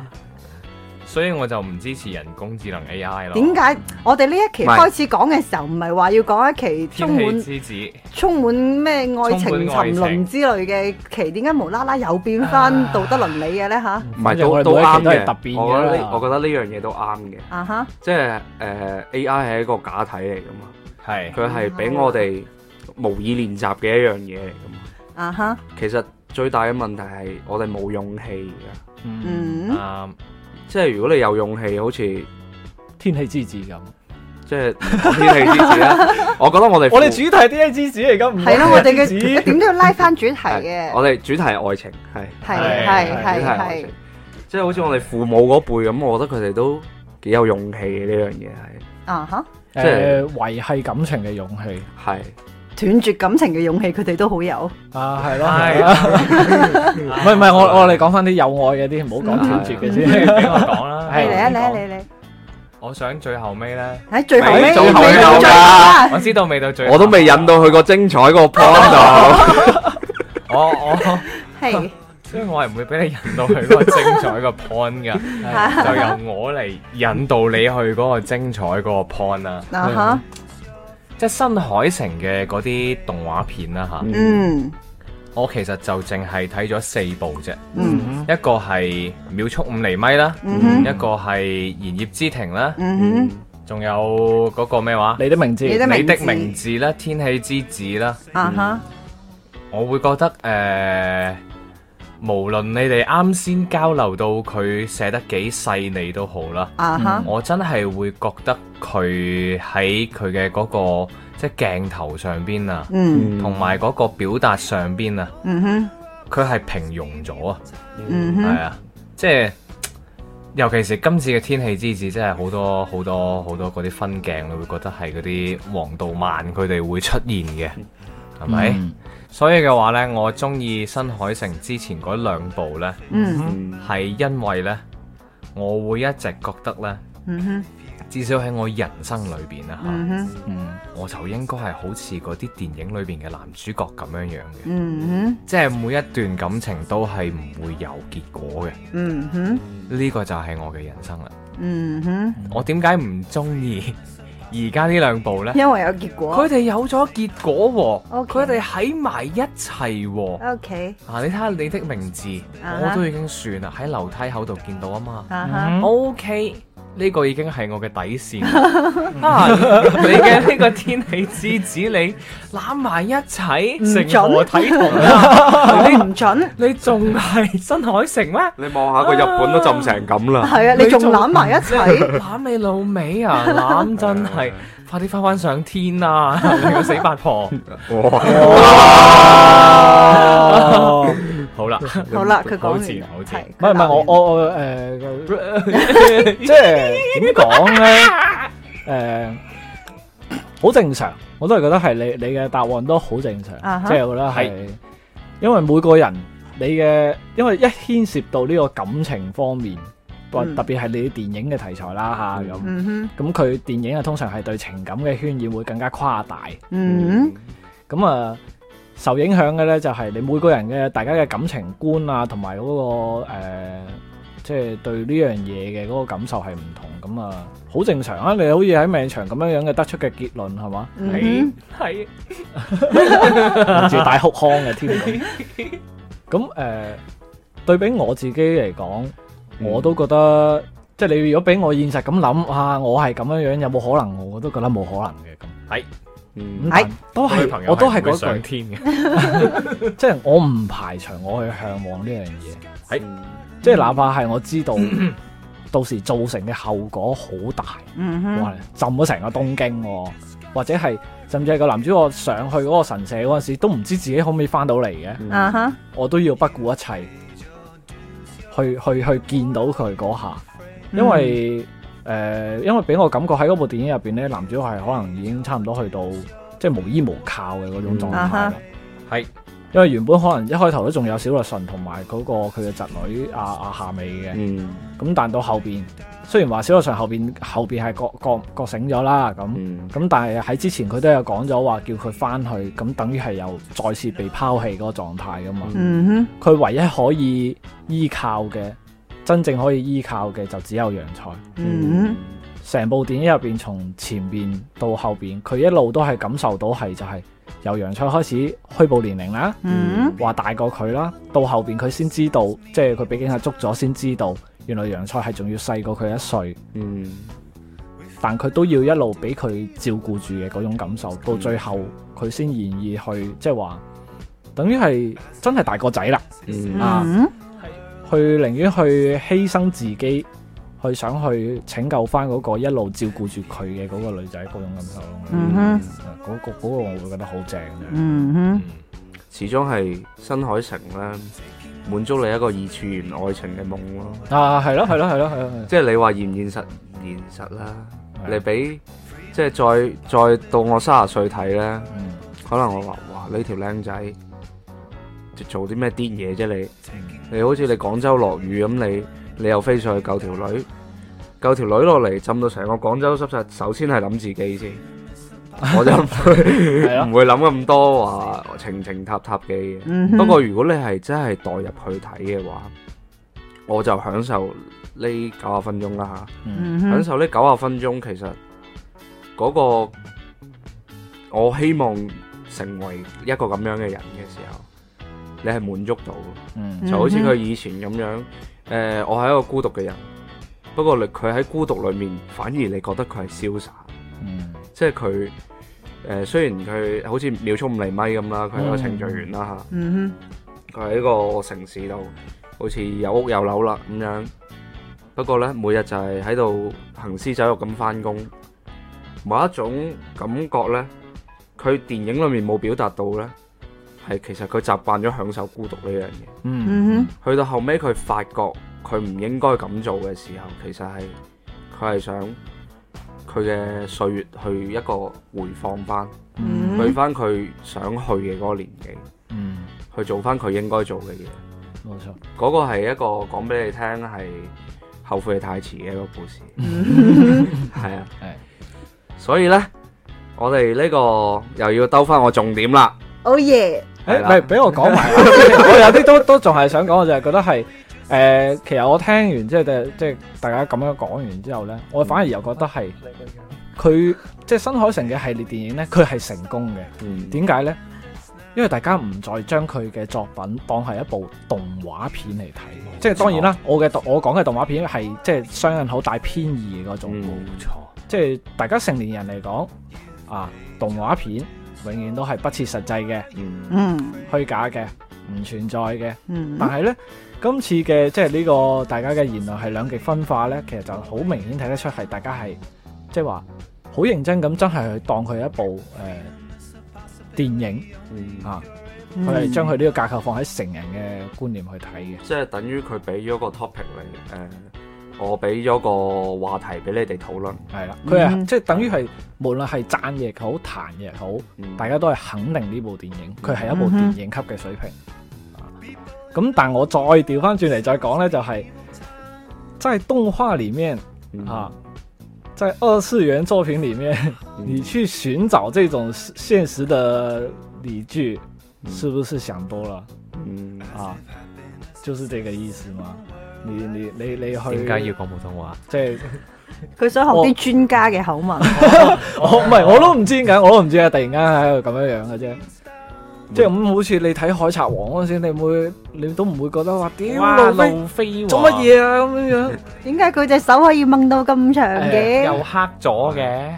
[SPEAKER 3] 所以我就唔支持人工智能 AI 咯。
[SPEAKER 2] 點解我哋呢一期
[SPEAKER 1] 唔係
[SPEAKER 2] 開始講嘅時候，唔係話要講一期充
[SPEAKER 3] 天
[SPEAKER 2] 滿
[SPEAKER 3] 氣之子，
[SPEAKER 2] 充滿咩愛情
[SPEAKER 3] 充滿愛
[SPEAKER 2] 沉淪
[SPEAKER 3] 情
[SPEAKER 2] 之類嘅期，點解無啦啦又變翻道德倫理嘅咧吓，
[SPEAKER 1] 唔
[SPEAKER 4] 反
[SPEAKER 1] 係
[SPEAKER 4] 正
[SPEAKER 1] 都
[SPEAKER 4] 我哋
[SPEAKER 1] 都
[SPEAKER 4] 每一期
[SPEAKER 1] 啱
[SPEAKER 4] 都係
[SPEAKER 1] 嘅
[SPEAKER 4] 突變。嘅
[SPEAKER 1] 我覺得呢
[SPEAKER 4] 啦
[SPEAKER 1] 我覺得呢樣嘢都啱嘅，
[SPEAKER 2] 啊哈，
[SPEAKER 1] 即係誒 AI 係一個假體嚟噶嘛，
[SPEAKER 3] 係
[SPEAKER 1] 佢係俾我哋模擬練習嘅一樣嘢嚟噶嘛。
[SPEAKER 2] 啊哈，
[SPEAKER 1] 其實最大嘅問題係我哋冇勇氣嘅，
[SPEAKER 3] Ừ.
[SPEAKER 2] 嗯，
[SPEAKER 3] 啱
[SPEAKER 1] 即係如果你有勇氣，好似
[SPEAKER 4] 天氣之子咁。
[SPEAKER 1] 即係唔講天氣之子啦。我覺得我哋
[SPEAKER 4] 我哋主題天氣之子嚟噶，唔
[SPEAKER 2] 係咯，我哋嘅
[SPEAKER 4] 天氣之子
[SPEAKER 2] 點都要拉翻主題
[SPEAKER 1] 係
[SPEAKER 2] 嘅，
[SPEAKER 1] 我哋主題係愛情，係
[SPEAKER 2] 係
[SPEAKER 3] 係
[SPEAKER 2] 係
[SPEAKER 1] 主題
[SPEAKER 2] 係
[SPEAKER 1] 愛
[SPEAKER 2] 係
[SPEAKER 1] 情，即係好似我哋父母嗰輩咁，我覺得佢哋都幾有勇氣嘅呢樣嘢
[SPEAKER 2] 啊哈，
[SPEAKER 1] 即係
[SPEAKER 4] 誒維係感情嘅勇氣
[SPEAKER 1] 係係
[SPEAKER 2] 斷絕感情嘅勇氣，佢哋都好有，
[SPEAKER 4] 啊，係咯，係咯。
[SPEAKER 3] 係
[SPEAKER 4] 唔係唔係，我我哋講翻啲有愛嘅啲，唔好講斷絕嘅
[SPEAKER 3] 俾
[SPEAKER 4] 先。
[SPEAKER 3] 我講啦。
[SPEAKER 2] 你
[SPEAKER 4] 係
[SPEAKER 2] 嚟啊你啊你嚟，
[SPEAKER 3] 我想最後尾咧，
[SPEAKER 2] 喺最後
[SPEAKER 3] 咪
[SPEAKER 2] 尾
[SPEAKER 1] 最後
[SPEAKER 2] 尾到
[SPEAKER 1] 有㗎
[SPEAKER 2] 最後啦，
[SPEAKER 3] 我知道未到最後，
[SPEAKER 1] 我都未引到佢個精彩個 point 啊度，
[SPEAKER 3] 我我，
[SPEAKER 2] 係
[SPEAKER 3] 所以我係唔會俾你引到佢嗰個精彩個 point 噶。就由我嚟引導你去嗰個精彩嗰個 point 啦，
[SPEAKER 2] 啊哈，
[SPEAKER 3] 即係新海誠嘅嗰啲動畫片啦吓，
[SPEAKER 2] 嗯
[SPEAKER 3] 我其實就淨係睇咗四部啫，
[SPEAKER 2] 嗯
[SPEAKER 3] 一個係秒速五厘米啦，
[SPEAKER 2] 嗯
[SPEAKER 3] 一
[SPEAKER 2] 哼
[SPEAKER 3] 個係言葉之庭啦，
[SPEAKER 2] 嗯哼，
[SPEAKER 3] 仲有嗰個咩話？
[SPEAKER 4] 你的名字，
[SPEAKER 2] 你的
[SPEAKER 3] 你
[SPEAKER 2] 名字
[SPEAKER 3] 的名字啦，天氣之子啦，
[SPEAKER 2] 啊哈，
[SPEAKER 3] 我會覺得誒、呃，無論你哋啱先交流到佢寫得幾細膩都好啦。
[SPEAKER 2] 啊哈，
[SPEAKER 3] 我真係會覺得佢喺佢嘅嗰個即係鏡頭上邊啊，
[SPEAKER 2] 嗯
[SPEAKER 3] 同埋嗰個表達上邊啊，
[SPEAKER 2] 嗯哼，
[SPEAKER 3] 佢係平庸咗啊，
[SPEAKER 2] 嗯
[SPEAKER 3] 係、
[SPEAKER 2] 哼，
[SPEAKER 3] 啊，即係尤其是今次嘅天氣之子，真係好多好多好多嗰啲分鏡，你會覺得係嗰啲黃道漫佢哋會出現嘅，係咪？
[SPEAKER 4] 嗯
[SPEAKER 3] 所以嘅話呢，我中意新海誠之前嗰兩部呢，
[SPEAKER 2] 嗯
[SPEAKER 1] 嗯
[SPEAKER 3] 係因為呢，我會一直覺得呢，
[SPEAKER 2] 嗯哼，
[SPEAKER 3] 至少喺我人生裏邊啦嚇。
[SPEAKER 2] 嗯哼，
[SPEAKER 4] 嗯
[SPEAKER 3] 我就應該係好似嗰啲電影裏邊嘅男主角咁樣樣嘅，
[SPEAKER 2] 嗯
[SPEAKER 3] 即係每一段感情都係唔會有結果
[SPEAKER 2] 哼，
[SPEAKER 3] 嘅。
[SPEAKER 2] 嗯哼。
[SPEAKER 3] 呢、個就係我嘅人生啦。
[SPEAKER 2] 嗯哼，
[SPEAKER 3] 我點解唔中意而家呢 兩部呢？
[SPEAKER 2] 因為有結果
[SPEAKER 3] 佢。哋有咗結果喎，
[SPEAKER 2] OK
[SPEAKER 3] 佢哋喺埋一齊喎。
[SPEAKER 2] O K，
[SPEAKER 3] 啊！你睇下你的名字
[SPEAKER 2] 啊
[SPEAKER 3] 我都已經算啦，喺樓梯口度見到啊嘛。
[SPEAKER 2] 啊哈，
[SPEAKER 4] 嗯
[SPEAKER 3] O K，呢個已經係我嘅底 線啊！你嘅呢 個天氣之子，你攬埋一齊，
[SPEAKER 2] 唔
[SPEAKER 3] 成
[SPEAKER 2] 準
[SPEAKER 3] 何體統 啊？
[SPEAKER 2] 你唔 準，
[SPEAKER 3] 你你仲係新海誠咩？
[SPEAKER 1] 你望下個日本都浸成咁 啦，
[SPEAKER 2] 係啊，你仲
[SPEAKER 3] 你仲
[SPEAKER 2] 攬埋一齊，
[SPEAKER 3] 攬你老尾 啊！攬真係，快啲翻翻上天 啊！你個死八婆！
[SPEAKER 1] 哇！
[SPEAKER 4] 哦
[SPEAKER 3] 好啦，
[SPEAKER 2] 好啦，佢講
[SPEAKER 3] 好
[SPEAKER 2] 完
[SPEAKER 3] 賤好賤
[SPEAKER 2] 係
[SPEAKER 4] 唔係唔係，我我我誒，即係點講咧？誒，好正常，我都係覺得係你你嘅答案都好正常
[SPEAKER 2] 啊，哈
[SPEAKER 4] 即係我覺得係
[SPEAKER 3] 係
[SPEAKER 4] 因為每個人你嘅，因為一牽涉到呢個感情方面，或
[SPEAKER 2] 嗯
[SPEAKER 4] 特別係你啲電影嘅題材啦吓咁。
[SPEAKER 2] 嗯哼，
[SPEAKER 4] 咁佢電影啊，通常係對情感嘅渲染會更加誇大。
[SPEAKER 2] 嗯
[SPEAKER 4] 咁啊，受影響嘅咧就係你每個人嘅大家嘅感情觀啊，同埋嗰個呃即係對呢樣嘢嘅嗰個感受係唔同。咁啊，好正常啊！你好似喺命場咁樣樣嘅得出嘅結論係嘛？
[SPEAKER 2] 嗯
[SPEAKER 3] 係
[SPEAKER 4] 住大哭腔嘅添咁。咁誒、呃，對比我自己嚟講，我都覺得即係你如果俾我現實咁諗啊，我係咁樣樣有冇可能？我都覺得冇可能嘅咁。
[SPEAKER 1] 嗯
[SPEAKER 4] 咁
[SPEAKER 2] 係
[SPEAKER 4] 但都
[SPEAKER 3] 女
[SPEAKER 4] 係
[SPEAKER 3] 朋友
[SPEAKER 4] 我都係
[SPEAKER 3] 係唔會上
[SPEAKER 4] 嗰句，
[SPEAKER 3] 天嘅，
[SPEAKER 4] 即係我唔排除我去向往呢樣嘢。
[SPEAKER 3] 係
[SPEAKER 1] 嗯
[SPEAKER 4] 即係哪怕係我知道到時造成嘅後果好大，
[SPEAKER 2] 嗯哼
[SPEAKER 4] 哇，浸咗成個東京喎，或者係甚至係個男主角上去嗰個神社嗰陣時，都唔知自己可唔可以翻到嚟嘅，
[SPEAKER 1] 嗯
[SPEAKER 2] 啊哈，
[SPEAKER 4] 我都要不顧一切去去去見到佢嗰下，
[SPEAKER 2] 嗯
[SPEAKER 4] 因為誒、呃因為俾我感覺喺嗰部電影入邊咧，男主角係可能已經差唔多去到即係無依無靠嘅嗰種狀態
[SPEAKER 2] 嗯啊
[SPEAKER 4] 啦
[SPEAKER 2] 哈。
[SPEAKER 3] 係
[SPEAKER 4] 因為原本可能一開頭都仲有小律神同埋嗰個佢嘅侄女阿阿夏美嘅，
[SPEAKER 1] 嗯
[SPEAKER 4] 咁但到後邊，雖然話小學上後邊後邊係覺覺覺醒咗啦，咁咁、
[SPEAKER 1] 嗯
[SPEAKER 4] 但係喺之前佢都有講咗話叫佢翻去，咁等於係又再次被拋棄嗰個狀態噶嘛。
[SPEAKER 2] 嗯
[SPEAKER 4] 佢、唯一可以依靠嘅，真正可以依靠嘅就只有洋菜。
[SPEAKER 2] 哼，嗯
[SPEAKER 4] 成部電影入邊，從前邊到後邊，佢一路都係感受到係就係由洋菜開始虛報年齡啦。
[SPEAKER 2] 哼，嗯
[SPEAKER 4] 話大過佢啦，到後邊佢先知道，即係佢俾警察捉咗先知道，原來楊菜係仲要細過佢一歲，
[SPEAKER 1] 嗯
[SPEAKER 4] 但佢都要一路俾佢照顧住嘅嗰種感受，到最後佢先願意去，即係話，等於係真係大個仔啦，
[SPEAKER 1] 嗯
[SPEAKER 4] 啊
[SPEAKER 2] 嗯
[SPEAKER 4] 去寧願去犧牲自己，去想去拯救翻嗰個一路照顧住佢嘅嗰個女仔嗰種感受咯。
[SPEAKER 2] 嗯哼
[SPEAKER 4] 嗰個嗰個我會覺得好正嘅，
[SPEAKER 2] 嗯
[SPEAKER 3] 嗯
[SPEAKER 2] 哼，
[SPEAKER 1] 始終係新海誠咧，滿足你一個二次元愛情嘅夢咯。
[SPEAKER 4] 啊係咯係咯係咯係咯，係咯
[SPEAKER 1] 即係你話現唔現實？現實啦，你俾即係再再到我三十歲睇咧，
[SPEAKER 4] 嗯
[SPEAKER 1] 可能我話哇呢條僆仔做啲咩癲嘢啫你？你好似你廣州落雨咁，你你又飛上去救條女，救條女落嚟浸到成個廣州濕晒，首先係諗自己 先，我就唔會
[SPEAKER 4] 係咯啊
[SPEAKER 1] 唔會諗咁多話情情塔塔嘅嘢。
[SPEAKER 2] 嗯哼，
[SPEAKER 1] 不過如果你係真係代入去睇嘅話，我就享受呢九十分鐘啦
[SPEAKER 4] 嗯
[SPEAKER 2] 嗯
[SPEAKER 1] 吓，
[SPEAKER 2] 哼
[SPEAKER 1] 享，受呢九十分鐘其實嗰、個我希望成為一個咁樣嘅人嘅時候，你係滿足到嘅，
[SPEAKER 4] 嗯
[SPEAKER 2] 嗯
[SPEAKER 1] 就好似
[SPEAKER 2] 哼
[SPEAKER 1] 佢以前咁樣。誒、我係一個孤獨嘅人，不過你佢喺孤獨裏面，反而你覺得佢係瀟灑。
[SPEAKER 4] 嗯
[SPEAKER 1] 即係佢誒，雖然佢好似秒速五厘米咁啦，佢係一個
[SPEAKER 4] 嗯
[SPEAKER 1] 程序員啦嚇，
[SPEAKER 2] 嗯
[SPEAKER 1] 佢喺個城市度，好似有屋有樓啦咁樣。不過呢，每日就係喺度行屍走肉咁翻工，某一種感覺呢，佢電影裏面冇表達到呢，係其實佢習慣咗享受孤獨呢樣嘢。
[SPEAKER 4] 嗯
[SPEAKER 2] 嗯
[SPEAKER 1] 去到後尾，佢發覺佢唔應該咁做嘅時候，其實係佢係想佢嘅歲月去一個回放翻，
[SPEAKER 2] 嗯
[SPEAKER 1] 去翻佢想去嘅嗰個年紀，
[SPEAKER 4] 嗯，
[SPEAKER 1] 去做翻佢應該做嘅嘢。
[SPEAKER 4] 冇錯。
[SPEAKER 1] 嗰、個係一個講俾你聽係後悔太遲嘅一個故事，係啊，
[SPEAKER 4] 係
[SPEAKER 1] 所以呢，我哋呢個又要兜翻我重點啦，
[SPEAKER 2] 哼，Oh yeah，
[SPEAKER 1] 係
[SPEAKER 4] 誒，
[SPEAKER 1] 啦
[SPEAKER 4] 咪俾我講 埋，我有啲都都仲係想講，我就係覺得係誒、其實我聽完即係即係大家咁樣講完之後咧，我反而又覺得係佢即係新海誠嘅系列電影咧，佢係成功嘅。
[SPEAKER 1] 嗯，
[SPEAKER 4] 點解咧？因為大家唔再將佢嘅作品當係一部動畫片嚟睇，即係當然啦。我嘅動我講嘅動畫片係即係相印好大偏異嘅嗰種。
[SPEAKER 1] 嗯
[SPEAKER 3] 錯，
[SPEAKER 4] 即係大家成年人嚟講啊，動畫片永遠都係不切實際嘅、
[SPEAKER 1] 嗯
[SPEAKER 2] 嗯
[SPEAKER 4] 虛假嘅、唔存在嘅。
[SPEAKER 2] 嗯
[SPEAKER 4] 但係呢，今次嘅即係呢個大家嘅言論係兩極分化呢，其實就好明顯睇得出係大家係即係話好認真咁，真係去當佢一部誒、呃、電影
[SPEAKER 1] 嗯
[SPEAKER 4] 啊，佢係將佢呢個架構放喺成人嘅觀念去睇嘅。
[SPEAKER 1] 即係等於佢俾咗個 topic 你，誒、我俾咗個話題俾你哋討論，
[SPEAKER 4] 係啦，佢係
[SPEAKER 2] 嗯
[SPEAKER 4] 即係等於係無論係讚亦好、彈亦好，
[SPEAKER 1] 嗯
[SPEAKER 4] 大家都係肯定呢部電影，佢係一部電影級嘅水平。啊咁、但我再調翻轉嚟再講呢，就係、在動畫裡面
[SPEAKER 1] 嗯
[SPEAKER 4] 啊，在二次元作品裡面，
[SPEAKER 1] 嗯
[SPEAKER 4] 你去尋找這種現實的理據，
[SPEAKER 1] 嗯
[SPEAKER 4] 是不是想多了
[SPEAKER 1] 嗯
[SPEAKER 4] 啊？就是這個意思嘛。你你你你去
[SPEAKER 3] 嗯點解要講普通話？
[SPEAKER 4] 即係？
[SPEAKER 2] 佢想學啲專家嘅口吻，
[SPEAKER 4] 我唔係，我都唔知點解，我都唔知啊！突然間喺度咁樣樣嘅啫。即係咁，好似你睇《海賊王》嗰陣時，你會你都唔會覺得話屌
[SPEAKER 3] 哇，
[SPEAKER 4] 路飛
[SPEAKER 3] 路飛
[SPEAKER 4] 做乜嘢啊咁樣樣。
[SPEAKER 2] 點解佢隻手可以掹到咁長
[SPEAKER 3] 嘢？
[SPEAKER 2] 嘅？
[SPEAKER 3] 又黑咗嘅，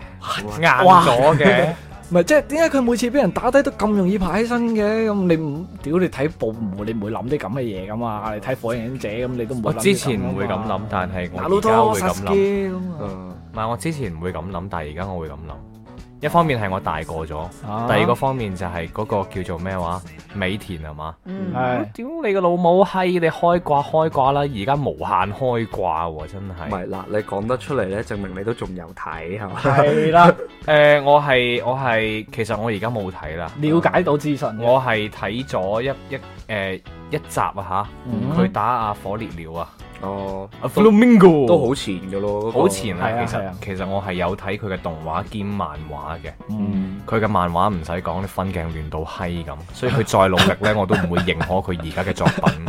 [SPEAKER 3] 硬
[SPEAKER 4] 哇
[SPEAKER 3] 咗嘅，
[SPEAKER 4] 唔係，即係點解佢每次俾人打低都咁容易爬起身嘅？咁你唔屌你睇部唔會，你唔會諗啲咁嘅嘢噶嘛？你睇火影忍者咁，你都唔會
[SPEAKER 3] 我
[SPEAKER 4] 諗啲咁㗎嘛。
[SPEAKER 3] 之前唔會咁諗，但係我
[SPEAKER 4] 打
[SPEAKER 3] 而
[SPEAKER 4] 到
[SPEAKER 3] 家
[SPEAKER 4] 多
[SPEAKER 3] 會咁
[SPEAKER 4] 殺
[SPEAKER 3] 諗。
[SPEAKER 4] 機咁啊
[SPEAKER 1] 嗯
[SPEAKER 3] 唔係，我之前唔會咁諗，但係而家我會咁諗。一方面係我大個咗，
[SPEAKER 4] 啊
[SPEAKER 3] 第二個方面就係嗰個叫做咩話美田係嘛？
[SPEAKER 2] 嗯
[SPEAKER 4] 係
[SPEAKER 3] 屌你個老母閪！你開掛開掛啦，而家無限開掛喎，真
[SPEAKER 1] 唔
[SPEAKER 3] 係。
[SPEAKER 1] 係嗱，你講得出嚟咧，證明你都仲有睇係 嘛？
[SPEAKER 4] 係啦，
[SPEAKER 3] 誒、我係我係，其實我而家冇睇啦。
[SPEAKER 4] 了解到資訊嘅。
[SPEAKER 3] 我係睇咗一一誒、一集啊
[SPEAKER 4] 嗯
[SPEAKER 3] 吓，佢、打阿火烈鳥啊，
[SPEAKER 1] 哦，
[SPEAKER 3] 阿 Flamingo
[SPEAKER 1] 都好前嘅咯，嗰個
[SPEAKER 3] 好前
[SPEAKER 4] 係
[SPEAKER 3] 啊！
[SPEAKER 4] 啊
[SPEAKER 3] 其
[SPEAKER 4] 係
[SPEAKER 3] 實
[SPEAKER 4] 啊
[SPEAKER 3] 其實我係有睇佢嘅動畫兼漫畫嘅，
[SPEAKER 4] 嗯，
[SPEAKER 3] 佢嘅漫畫唔使講，啲分鏡亂到閪咁，所以佢再努力呢，我都唔會認可佢而家嘅作品。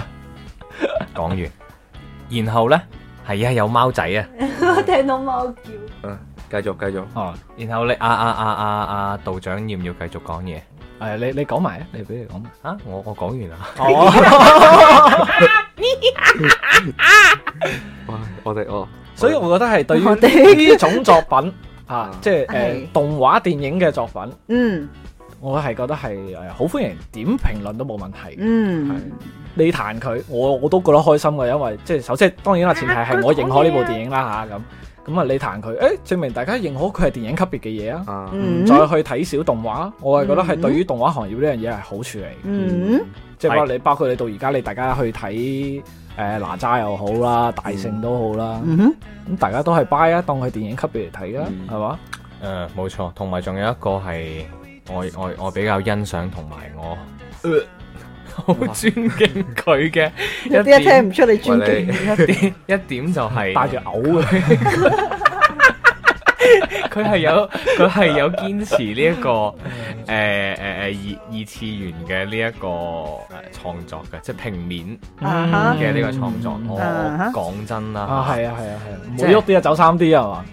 [SPEAKER 3] 講完，然後呢，係啊有貓仔啊，
[SPEAKER 2] 我聽到貓叫，
[SPEAKER 1] 啊繼續繼續。
[SPEAKER 4] 哦，
[SPEAKER 3] 然後你啊啊啊啊啊道長要唔要繼續講嘢
[SPEAKER 4] 誒，你你講埋啊，你俾你講。
[SPEAKER 3] 啊？我我講完啦。
[SPEAKER 1] 哇我哋哦，
[SPEAKER 4] 所以我覺得係對
[SPEAKER 2] 我哋
[SPEAKER 4] 於呢種 作品啊
[SPEAKER 1] 啊，
[SPEAKER 4] 即係誒
[SPEAKER 2] 係
[SPEAKER 4] 動畫電影嘅作品，
[SPEAKER 2] 嗯
[SPEAKER 4] 我係覺得係誒好歡迎點評論都冇問題。
[SPEAKER 2] 嗯，
[SPEAKER 4] 你彈佢，我我都覺得開心嘅，因為即係首先當然啦，前提係我認可呢部電影
[SPEAKER 2] 嗯
[SPEAKER 4] 啦吓咁。咁啊，你彈佢，誒證明大家認可佢係電影級別嘅嘢啊。
[SPEAKER 1] 啊，
[SPEAKER 2] 嗯
[SPEAKER 4] 再去睇小動畫，我係覺得係
[SPEAKER 2] 嗯
[SPEAKER 4] 對於動畫行業呢樣嘢係好處嚟嘅。
[SPEAKER 2] 嗯
[SPEAKER 4] 即係包括你包括你到而家你大家去睇誒哪吒又好啦，大聖都好啦，
[SPEAKER 2] 嗯哼，
[SPEAKER 4] 咁大家都係 buy 啊，當佢電影級別嚟睇啦，
[SPEAKER 1] 嗯
[SPEAKER 4] 係嘛？
[SPEAKER 3] 誒，冇錯，同埋仲有一個係我我我比較欣賞同埋我呃 好尊敬佢嘅一
[SPEAKER 2] 有啲一聽
[SPEAKER 3] 點
[SPEAKER 2] 唔出你尊
[SPEAKER 1] 喂
[SPEAKER 2] 敬
[SPEAKER 1] 你，
[SPEAKER 3] 一點一點就係啊
[SPEAKER 4] 帶住嘔嘅，
[SPEAKER 3] 佢係 有佢係有堅持呢 一個誒誒誒二二次元嘅呢一個誒創作嘅，即係平面
[SPEAKER 2] 啊哈
[SPEAKER 3] 嘅呢個創作。我
[SPEAKER 2] 啊哈
[SPEAKER 3] 我講真
[SPEAKER 4] 啊
[SPEAKER 3] 啦，
[SPEAKER 4] 係啊係啊係啊，唔
[SPEAKER 3] 即係
[SPEAKER 4] 會喐啲啊走三 D 啊係嘛？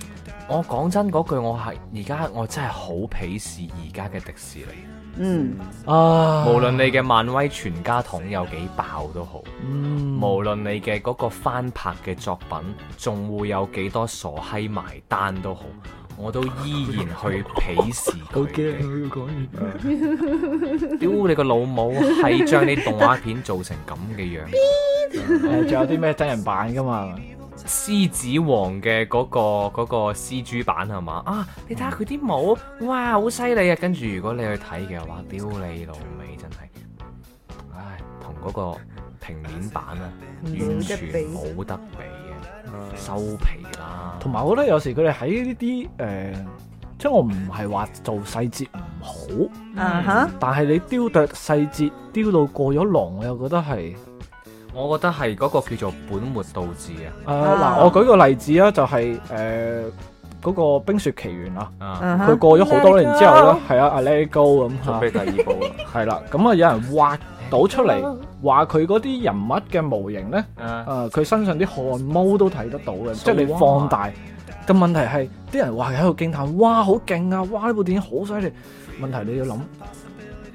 [SPEAKER 3] 我講真嗰句，我係而家我真係好鄙視而家嘅迪士尼。
[SPEAKER 2] 嗯
[SPEAKER 4] 啊，
[SPEAKER 3] 無論你嘅漫威全家桶有幾爆都好，
[SPEAKER 4] 嗯
[SPEAKER 3] 無論你嘅嗰個翻拍嘅作品，仲會有幾多傻閪埋單都好，我都依然去鄙視佢 嘅。
[SPEAKER 4] 要講完。
[SPEAKER 3] 屌你個老母，係將啲動畫片做成咁嘅樣。
[SPEAKER 4] 誒，仲有啲咩真人版噶嘛？
[SPEAKER 3] 獅子王嘅嗰、個嗰、個 CG 版係嘛？啊，你睇下佢啲帽，哇，好犀利啊！跟住如果你去睇嘅話，屌你老味，真係，唉，同嗰個平面版啊，完全冇得比嘅，收皮啦！
[SPEAKER 4] 同埋我覺得有時佢哋喺呢啲誒，即係我唔係話做細節唔好。
[SPEAKER 2] 啊哈，
[SPEAKER 4] 但係你雕琢細節雕到過咗龍，我又覺得係
[SPEAKER 3] 我覺得係嗰個叫做本末倒置啊
[SPEAKER 4] 誒啊嗱，我舉個例子啊，就係誒嗰個《冰雪奇緣》啊，
[SPEAKER 3] 啊！啊，
[SPEAKER 2] 啊哈
[SPEAKER 4] 佢過咗好多年之後咧，係啊，《Let It Go》咁
[SPEAKER 1] 準
[SPEAKER 4] 嚇，
[SPEAKER 1] 備第二部啦。
[SPEAKER 4] 係啦，咁啊有人畫到出嚟，話佢嗰啲人物嘅模型咧，
[SPEAKER 3] 啊
[SPEAKER 4] 誒佢身上啲汗毛都睇得到嘅，
[SPEAKER 3] 數
[SPEAKER 4] 即係你
[SPEAKER 3] 啊
[SPEAKER 4] 放大。嘅問題係啲人話喺度驚嘆，哇好勁啊，哇呢部電影好犀利。問題你要諗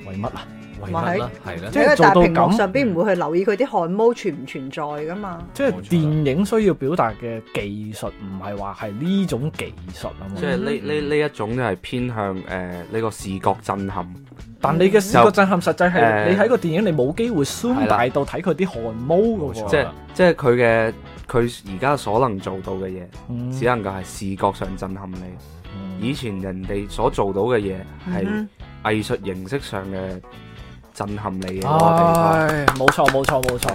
[SPEAKER 4] 為乜啊？
[SPEAKER 3] 為乜啦？係啦，
[SPEAKER 4] 即係
[SPEAKER 2] 喺個
[SPEAKER 4] 做
[SPEAKER 2] 大
[SPEAKER 4] 到
[SPEAKER 2] 屏幕
[SPEAKER 4] 咁
[SPEAKER 2] 上邊唔會去留意佢啲汗毛存唔存在噶嘛，
[SPEAKER 4] 即係
[SPEAKER 3] 冇錯
[SPEAKER 4] 電影需要表達嘅技術，唔係話係呢種技術啊嘛
[SPEAKER 1] 即。係呢呢呢一種就係偏向誒呢個視覺震撼，
[SPEAKER 4] 但你嘅視覺震撼實際係
[SPEAKER 1] 誒
[SPEAKER 4] 你喺個電影你冇機會 zoom
[SPEAKER 1] 係啦
[SPEAKER 4] 大到睇佢啲汗毛嘅
[SPEAKER 3] 冇錯
[SPEAKER 4] 喎。
[SPEAKER 1] 即係即係佢嘅佢而家所能做到嘅嘢，
[SPEAKER 4] 嗯
[SPEAKER 1] 只能夠係視覺上震撼你。以前人哋所做到嘅嘢係
[SPEAKER 2] 嗯
[SPEAKER 1] 藝術形式上嘅震撼你嘅
[SPEAKER 4] 啊
[SPEAKER 1] 嗰個地方。
[SPEAKER 4] 唉，冇錯冇錯冇錯，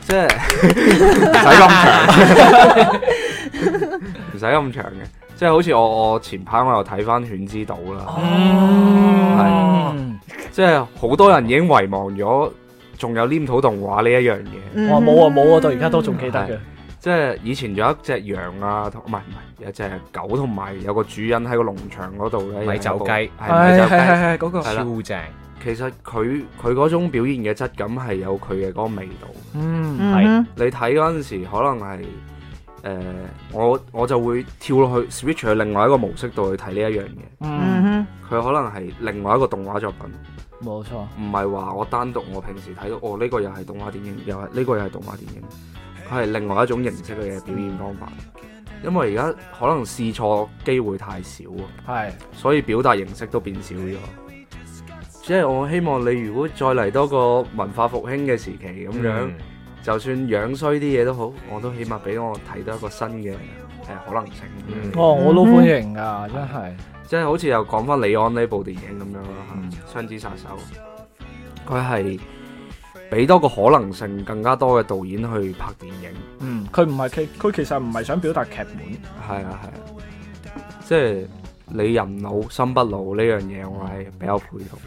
[SPEAKER 1] 即係唔使咁長， 唔使咁長嘅。即係好似我我前排我又睇翻《犬之島》
[SPEAKER 4] 哦
[SPEAKER 1] 啦，
[SPEAKER 4] 嗯，
[SPEAKER 1] 即係好多人已經遺忘咗，仲有黏土動畫呢一樣嘢。
[SPEAKER 2] 哼
[SPEAKER 4] 我話冇啊冇啊，到而家都仲記得嘅。
[SPEAKER 1] 即係以前仲有一隻羊啊，同唔係唔係有一隻狗，同埋有個主人喺個農場嗰度咧，
[SPEAKER 3] 米酒雞
[SPEAKER 1] 係米
[SPEAKER 4] 係
[SPEAKER 1] 酒
[SPEAKER 4] 係係
[SPEAKER 1] 雞。
[SPEAKER 4] 係嗰個
[SPEAKER 1] 係，啦
[SPEAKER 3] 超正。
[SPEAKER 1] 其實佢佢嗰種表現嘅質感係有佢嘅嗰個味道。
[SPEAKER 4] 嗯
[SPEAKER 2] 嗯哼
[SPEAKER 1] 你睇嗰陣時，可能係誒、呃我我就會跳落去 switch 去另外一個模式度去睇呢一樣嘢。
[SPEAKER 4] 嗯
[SPEAKER 2] 嗯
[SPEAKER 1] 佢可能係另外一個動畫作品，
[SPEAKER 4] 冇錯，
[SPEAKER 1] 唔係話我單獨我平時睇到哦呢、個又係動畫電影，又係呢個又係動畫電影，佢係另外一種形式嘅表現方法。因為而家可能試錯機會太少啊，
[SPEAKER 4] 係
[SPEAKER 1] 所以表達形式都變少咗。即係我希望你如果再嚟多個文化復興嘅時期咁樣。
[SPEAKER 3] 嗯
[SPEAKER 1] 就算樣衰啲嘢都好，我都起碼俾我睇到一個新嘅誒、呃可能性。
[SPEAKER 3] 嗯
[SPEAKER 4] 哦，我都歡迎㗎，真係
[SPEAKER 1] 即係好似又講翻李安呢部電影咁樣啦，
[SPEAKER 4] 嗯
[SPEAKER 1] 嚇《槍支殺手》，佢係俾多個可能性，更加多嘅導演去拍電影。
[SPEAKER 4] 嗯，佢唔係佢佢其實唔係想表達劇本，
[SPEAKER 1] 係啊，係啊，即係你人老心不老呢樣嘢，我係比較佩服。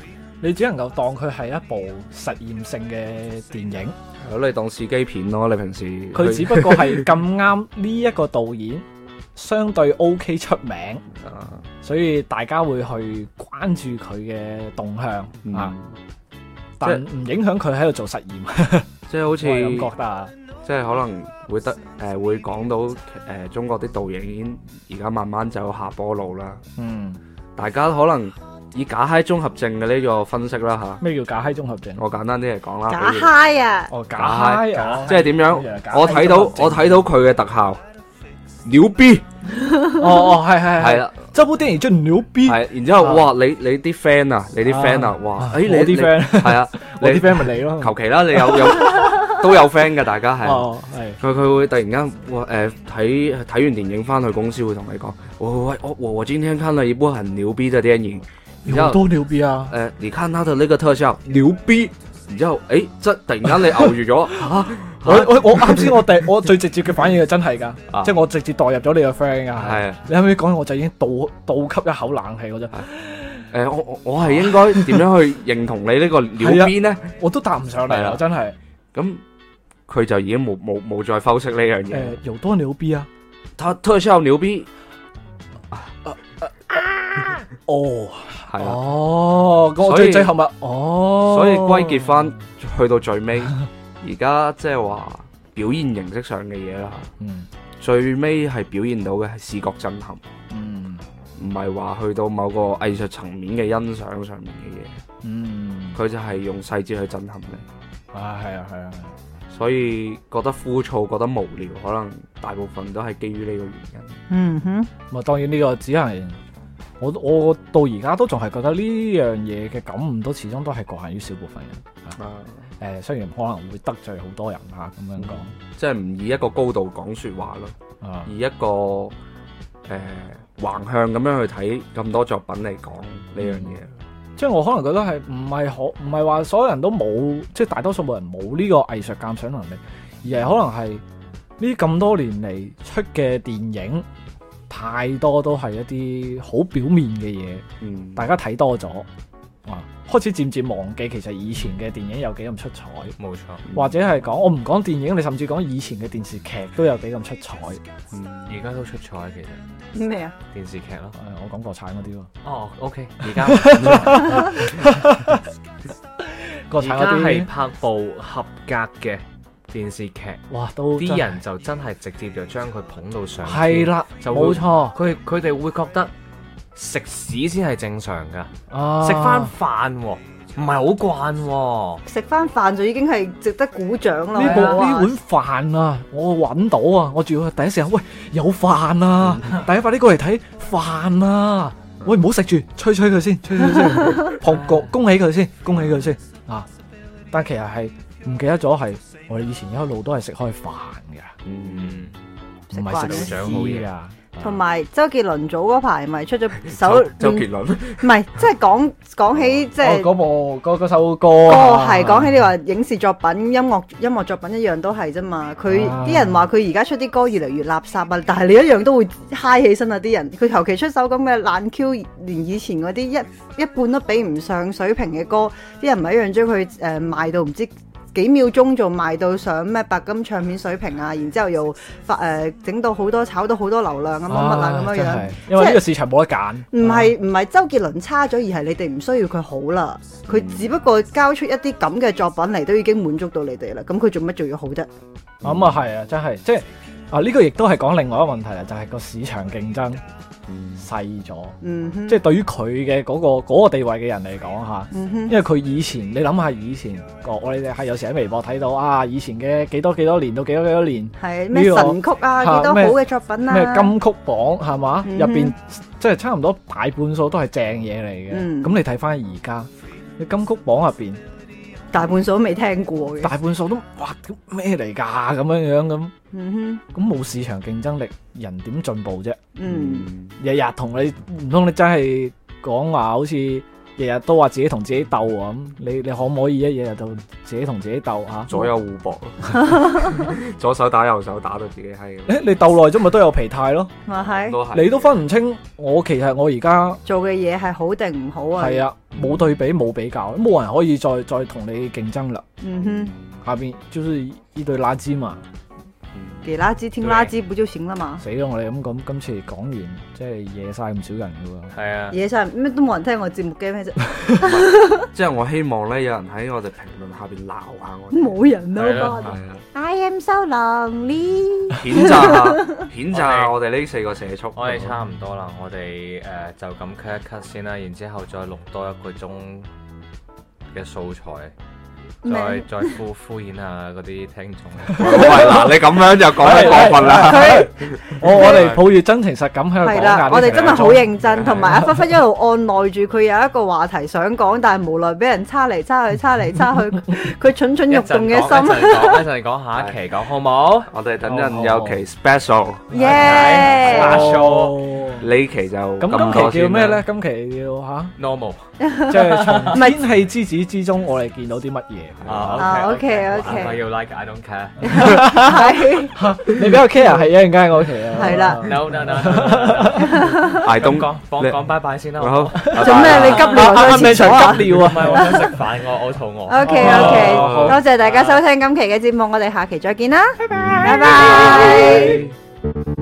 [SPEAKER 4] 你只能夠當佢係一部實驗性嘅電影，
[SPEAKER 1] 如果你當試機片咯，你平時
[SPEAKER 4] 佢只
[SPEAKER 1] 去
[SPEAKER 4] 不過係咁啱呢一個導演相對 OK 出名，
[SPEAKER 1] 啊
[SPEAKER 4] 所以大家會去關注佢嘅動向
[SPEAKER 1] 嗯
[SPEAKER 4] 啊，但唔影響佢喺度做實驗，
[SPEAKER 1] 即係好
[SPEAKER 4] 我係
[SPEAKER 1] 似
[SPEAKER 4] 咁覺得啊。
[SPEAKER 1] 即係可能會得誒、呃、會講到誒、呃中國啲導演而家慢慢走下坡路啦。
[SPEAKER 4] 嗯，
[SPEAKER 1] 大家可能以假嗨綜合症嘅呢個分析啦吓，
[SPEAKER 4] 咩叫假閪綜合症？
[SPEAKER 1] 我簡單啲嚟講啦，
[SPEAKER 2] 假
[SPEAKER 1] 比如
[SPEAKER 2] 嗨啊！
[SPEAKER 4] 哦，假
[SPEAKER 1] 哦假
[SPEAKER 4] 閪哦，
[SPEAKER 1] 即係點樣？
[SPEAKER 4] 假
[SPEAKER 1] 我睇到
[SPEAKER 4] 假閪綜合症
[SPEAKER 1] 我睇到佢嘅特效，牛逼
[SPEAKER 4] 哦哦，係係
[SPEAKER 1] 係，啦，
[SPEAKER 4] 這部電影真牛逼。
[SPEAKER 1] 係。然之後
[SPEAKER 4] 啊
[SPEAKER 1] 哇，你你啲 friend 啊，你啲 friend 啊，哇，誒你
[SPEAKER 4] 哎我啲
[SPEAKER 1] 你
[SPEAKER 4] friend
[SPEAKER 1] 係啊，
[SPEAKER 4] 我啲
[SPEAKER 1] 你
[SPEAKER 4] friend 咪你咯。
[SPEAKER 1] 求其啦，你有 有都有 friend 嘅，大家係啊。
[SPEAKER 4] 哦，係
[SPEAKER 1] 佢佢會突然間我誒睇睇完電影翻去公司會同你講，喂喂喂，我我我今天看了一部很牛逼的電影，然之
[SPEAKER 4] 有
[SPEAKER 1] 後
[SPEAKER 4] 多牛逼啊！
[SPEAKER 1] 誒你看他的那個特效牛逼，然之後誒即突然間你牛住 咗啊
[SPEAKER 4] 我我我啱先我第 我最直接嘅反應係真係㗎，
[SPEAKER 1] 啊
[SPEAKER 4] 即係我直接代入咗你個 friend 㗎。
[SPEAKER 1] 係啊
[SPEAKER 4] 你可唔可以講我就已經倒倒吸一口冷氣嗰陣，
[SPEAKER 1] 誒我我我係應該點樣去認同你呢個牛 逼呢？
[SPEAKER 4] 我都答唔上嚟
[SPEAKER 1] 係
[SPEAKER 4] 啊！
[SPEAKER 1] 啦
[SPEAKER 4] 真係
[SPEAKER 1] 咁佢就已經冇冇冇再剖析呢樣嘢，
[SPEAKER 4] 誒，有多牛逼啊！
[SPEAKER 1] 他特效牛逼
[SPEAKER 4] 哦
[SPEAKER 1] 係啦，
[SPEAKER 4] 哦，咁我
[SPEAKER 1] 所
[SPEAKER 4] 最
[SPEAKER 1] 以
[SPEAKER 4] 最後咪哦，
[SPEAKER 1] 所以歸結翻去到最尾， 而家即係話表現形式上嘅嘢啦。
[SPEAKER 4] 嗯
[SPEAKER 1] 最尾係表現到嘅係視覺震撼，
[SPEAKER 4] 嗯
[SPEAKER 1] 唔係話去到某個藝術層面嘅欣賞上面嘅
[SPEAKER 4] 嗯
[SPEAKER 1] 嘢，佢就係用細節去震撼你，
[SPEAKER 4] 啊，係啊係啊，
[SPEAKER 1] 所以覺得枯燥、覺得無聊，可能大部分都係基於呢個原因。
[SPEAKER 2] 嗯哼，
[SPEAKER 4] 咁啊當然呢個只係我我到而家都仲係覺得呢樣嘢嘅感悟都始終都係局限於少部分人。
[SPEAKER 1] 啊，
[SPEAKER 4] 誒、雖然可能會得罪好多人嚇咁樣講
[SPEAKER 1] 即係唔以一個高度講説話咯，
[SPEAKER 4] 啊，
[SPEAKER 1] 以一個誒、呃、橫向咁樣去睇咁多作品嚟講呢樣嘢。
[SPEAKER 4] 即係我可能覺得係唔係可唔係話所有人都冇，即係大多數冇人冇呢個藝術鑑賞能力，而係可能係呢咁多年嚟出嘅電影太多都係一啲好表面嘅嘢，
[SPEAKER 1] 嗯，
[SPEAKER 4] 大家睇多咗啊，開始漸漸忘記其實以前嘅電影有幾咁出彩。
[SPEAKER 3] 冇錯。
[SPEAKER 4] 或者係講，我唔講電影，你甚至講以前嘅電視劇都有幾咁出彩。誒、
[SPEAKER 1] 嗯
[SPEAKER 3] 而家都出彩，其實
[SPEAKER 2] 咩啊？
[SPEAKER 3] 電視劇咯。
[SPEAKER 4] 我講國產嗰啲喎，
[SPEAKER 3] 哦，OK，而家 而
[SPEAKER 4] 國產
[SPEAKER 3] 家
[SPEAKER 4] 嗰
[SPEAKER 3] 係
[SPEAKER 4] 啲，
[SPEAKER 3] 拍部合格嘅電視劇，
[SPEAKER 4] 哇，都
[SPEAKER 3] 啲
[SPEAKER 4] 真
[SPEAKER 3] 人就真係直接就將佢捧到上天。
[SPEAKER 4] 係啦，
[SPEAKER 3] 就會
[SPEAKER 4] 冇錯。
[SPEAKER 3] 佢佢哋會覺得食屎先係正常㗎，
[SPEAKER 4] 啊
[SPEAKER 3] 食翻飯喎，唔係好慣喎。
[SPEAKER 2] 食翻飯就已經係值得鼓掌啦！
[SPEAKER 4] 呢部
[SPEAKER 2] 我話
[SPEAKER 4] 呢碗飯啊，我揾到啊，我仲要第一時間喂有飯啊，
[SPEAKER 3] 嗯
[SPEAKER 4] 大家快啲過嚟睇飯啊！喂，唔好食住，吹吹佢先，吹吹佢 先，捧恭恭喜佢先，恭喜佢先啊！但其實係唔記得咗係我哋以前一路都係食開飯嘅，
[SPEAKER 1] 嗯，
[SPEAKER 3] 嗯，
[SPEAKER 4] 唔係食
[SPEAKER 2] 食
[SPEAKER 3] 飯
[SPEAKER 4] 長好嘢啊！
[SPEAKER 2] 同埋周杰倫早嗰排咪 出咗首
[SPEAKER 1] 周嗯
[SPEAKER 2] 嗯
[SPEAKER 1] 周杰倫
[SPEAKER 2] 唔係，即係講講起即
[SPEAKER 4] 哦
[SPEAKER 2] 係
[SPEAKER 4] 嗰部嗰嗰首歌
[SPEAKER 2] 歌
[SPEAKER 4] 啊
[SPEAKER 2] 哦係講起你話影視作品、音樂音樂作品一樣都係啫嘛。佢
[SPEAKER 4] 啊
[SPEAKER 2] 啲人話佢而家出啲歌越嚟越垃圾啊，但係你一樣都會嗨起身啊！啲人佢求其出首咁嘅爛 Q，連以前嗰啲一一半都比唔上水平嘅歌，啲人咪一樣將佢誒賣到唔知。幾秒鐘就賣到上咩白金唱片水平啊！然之後又發誒、整到好多炒到好多流量咁乜乜啊咁樣
[SPEAKER 4] 真
[SPEAKER 2] 樣
[SPEAKER 4] 係，因為呢個市場冇得揀，
[SPEAKER 2] 唔
[SPEAKER 4] 啊
[SPEAKER 2] 係唔係周杰倫差咗，而係你哋唔需要佢好啦。
[SPEAKER 4] 嗯
[SPEAKER 2] 佢只不過交出一啲咁嘅作品嚟，都已經滿足到你哋啦。咁佢做乜仲要好啫？
[SPEAKER 4] 啊咁啊係啊，真係即係啊，呢個亦都係講另外一個問題啦，啊就係個市場競爭
[SPEAKER 1] 嗯
[SPEAKER 4] 細咗，
[SPEAKER 2] 嗯哼，
[SPEAKER 4] 即係對於佢嘅嗰個嗰個地位嘅人嚟講嚇。
[SPEAKER 2] 嗯
[SPEAKER 4] 因
[SPEAKER 2] 哼，
[SPEAKER 4] 為佢以前，你諗下以前，我我哋係有時喺微博睇到啊，以前嘅幾多幾多年到幾多幾多年，
[SPEAKER 2] 係咩
[SPEAKER 4] 呢個
[SPEAKER 2] 神曲啊，
[SPEAKER 4] 嚇
[SPEAKER 2] 幾多好
[SPEAKER 4] 咩
[SPEAKER 2] 嘅作品
[SPEAKER 4] 咩
[SPEAKER 2] 啊，
[SPEAKER 4] 金曲榜係嘛，
[SPEAKER 2] 嗯
[SPEAKER 4] 入邊即係差唔多大半數都係正嘢嚟嘅。咁、
[SPEAKER 2] 嗯
[SPEAKER 4] 你睇翻而家，你金曲榜入邊
[SPEAKER 2] 大半數都未聽過嘅，
[SPEAKER 4] 大半數都哇咩嚟㗎咁樣樣咁，
[SPEAKER 2] 嗯哼，
[SPEAKER 4] 咁冇市場競爭力，人點進步啫？
[SPEAKER 2] 嗯，
[SPEAKER 4] 日日同你唔通你真係講話好似日日都話自己同自己鬥喎咁，你你可唔可以一日日就自己同自己鬥啊嚇？
[SPEAKER 1] 左右互搏， 左手打右手打到自己閪咁，
[SPEAKER 4] 誒，你鬥耐咗咪都有疲態咯？
[SPEAKER 2] 咪係
[SPEAKER 1] 都係
[SPEAKER 4] 你都分唔清，我其實我而家
[SPEAKER 2] 做嘅嘢係好定唔好啊？
[SPEAKER 4] 係，啊，冇對比冇比較，冇人可以再再同你競爭啦。
[SPEAKER 2] 嗯哼，
[SPEAKER 4] 下邊就是呢對垃圾嘛，
[SPEAKER 2] 給垃圾聽垃圾不就行啦嘛？
[SPEAKER 4] 死啦！我哋咁咁今次講完，即係惹晒咁少人噶喎。
[SPEAKER 3] 系啊，
[SPEAKER 2] 嘢晒咩都冇人聽我節目嘅咩啫？
[SPEAKER 1] 即係我希望咧，有人喺我哋評論下邊鬧下我哋，
[SPEAKER 2] 冇人
[SPEAKER 3] 係
[SPEAKER 2] 咯
[SPEAKER 3] 啊，
[SPEAKER 1] 係啊，
[SPEAKER 2] I am so lonely。
[SPEAKER 1] 譴責下，譴責下我哋呢四個社畜，
[SPEAKER 3] 我哋啊差唔多啦，我哋诶就咁 cut 一 cut 先啦，然之後再錄多一個鐘嘅素材，再
[SPEAKER 2] 咩
[SPEAKER 3] 再敷敷衍下嗰啲聽眾。
[SPEAKER 1] 喂嗱，你咁樣就講得過分啦，
[SPEAKER 4] 我我哋抱住真情實感喺度講
[SPEAKER 2] 係
[SPEAKER 4] 下
[SPEAKER 2] 啦
[SPEAKER 4] 呢，
[SPEAKER 2] 我哋真係好
[SPEAKER 4] 成日
[SPEAKER 2] 認真，同埋阿忽忽一路按耐住佢有一個話題想講，但係無奈俾人叉嚟叉去、叉嚟叉去，佢蠢蠢
[SPEAKER 3] 一
[SPEAKER 2] 欲
[SPEAKER 3] 陣
[SPEAKER 2] 動
[SPEAKER 3] 講
[SPEAKER 2] 嘅
[SPEAKER 3] 一
[SPEAKER 2] 心。
[SPEAKER 3] 陣講，一陣講下一期講好冇？
[SPEAKER 1] 我哋等陣有期 special，
[SPEAKER 3] 係
[SPEAKER 2] 耶！
[SPEAKER 3] 啦
[SPEAKER 4] 哦
[SPEAKER 1] 呢期就
[SPEAKER 4] 咁
[SPEAKER 1] 多
[SPEAKER 4] 今期叫
[SPEAKER 1] 先
[SPEAKER 4] 咩
[SPEAKER 1] 啦
[SPEAKER 4] 咧？？今期 要吓，
[SPEAKER 3] normal
[SPEAKER 4] 即係
[SPEAKER 2] 唔
[SPEAKER 4] 從
[SPEAKER 2] 係
[SPEAKER 4] 天氣之子之中，我哋見到啲乜嘢？
[SPEAKER 3] 啊
[SPEAKER 2] 啊，OK，OK
[SPEAKER 3] 我要 like I don't care。
[SPEAKER 2] 係
[SPEAKER 4] 你比較 care 係一陣間嗰期啊。
[SPEAKER 2] 係啦
[SPEAKER 3] No no no, no, no，
[SPEAKER 1] 挨
[SPEAKER 3] 咁
[SPEAKER 1] 冬
[SPEAKER 3] 講講
[SPEAKER 1] 你
[SPEAKER 3] 講拜拜先啦。
[SPEAKER 1] 好
[SPEAKER 3] 唔，
[SPEAKER 2] 做咩？你急尿
[SPEAKER 4] 啊
[SPEAKER 2] 咗
[SPEAKER 4] 啱
[SPEAKER 2] 去廁
[SPEAKER 4] 啱
[SPEAKER 2] 所啊
[SPEAKER 4] 想急尿啊！
[SPEAKER 3] 係我想食飯，我我肚餓。
[SPEAKER 2] ？OK
[SPEAKER 1] 哦
[SPEAKER 2] OK，
[SPEAKER 1] 好
[SPEAKER 2] 多謝大家收聽今期嘅節目，我哋下期再見啦，拜拜。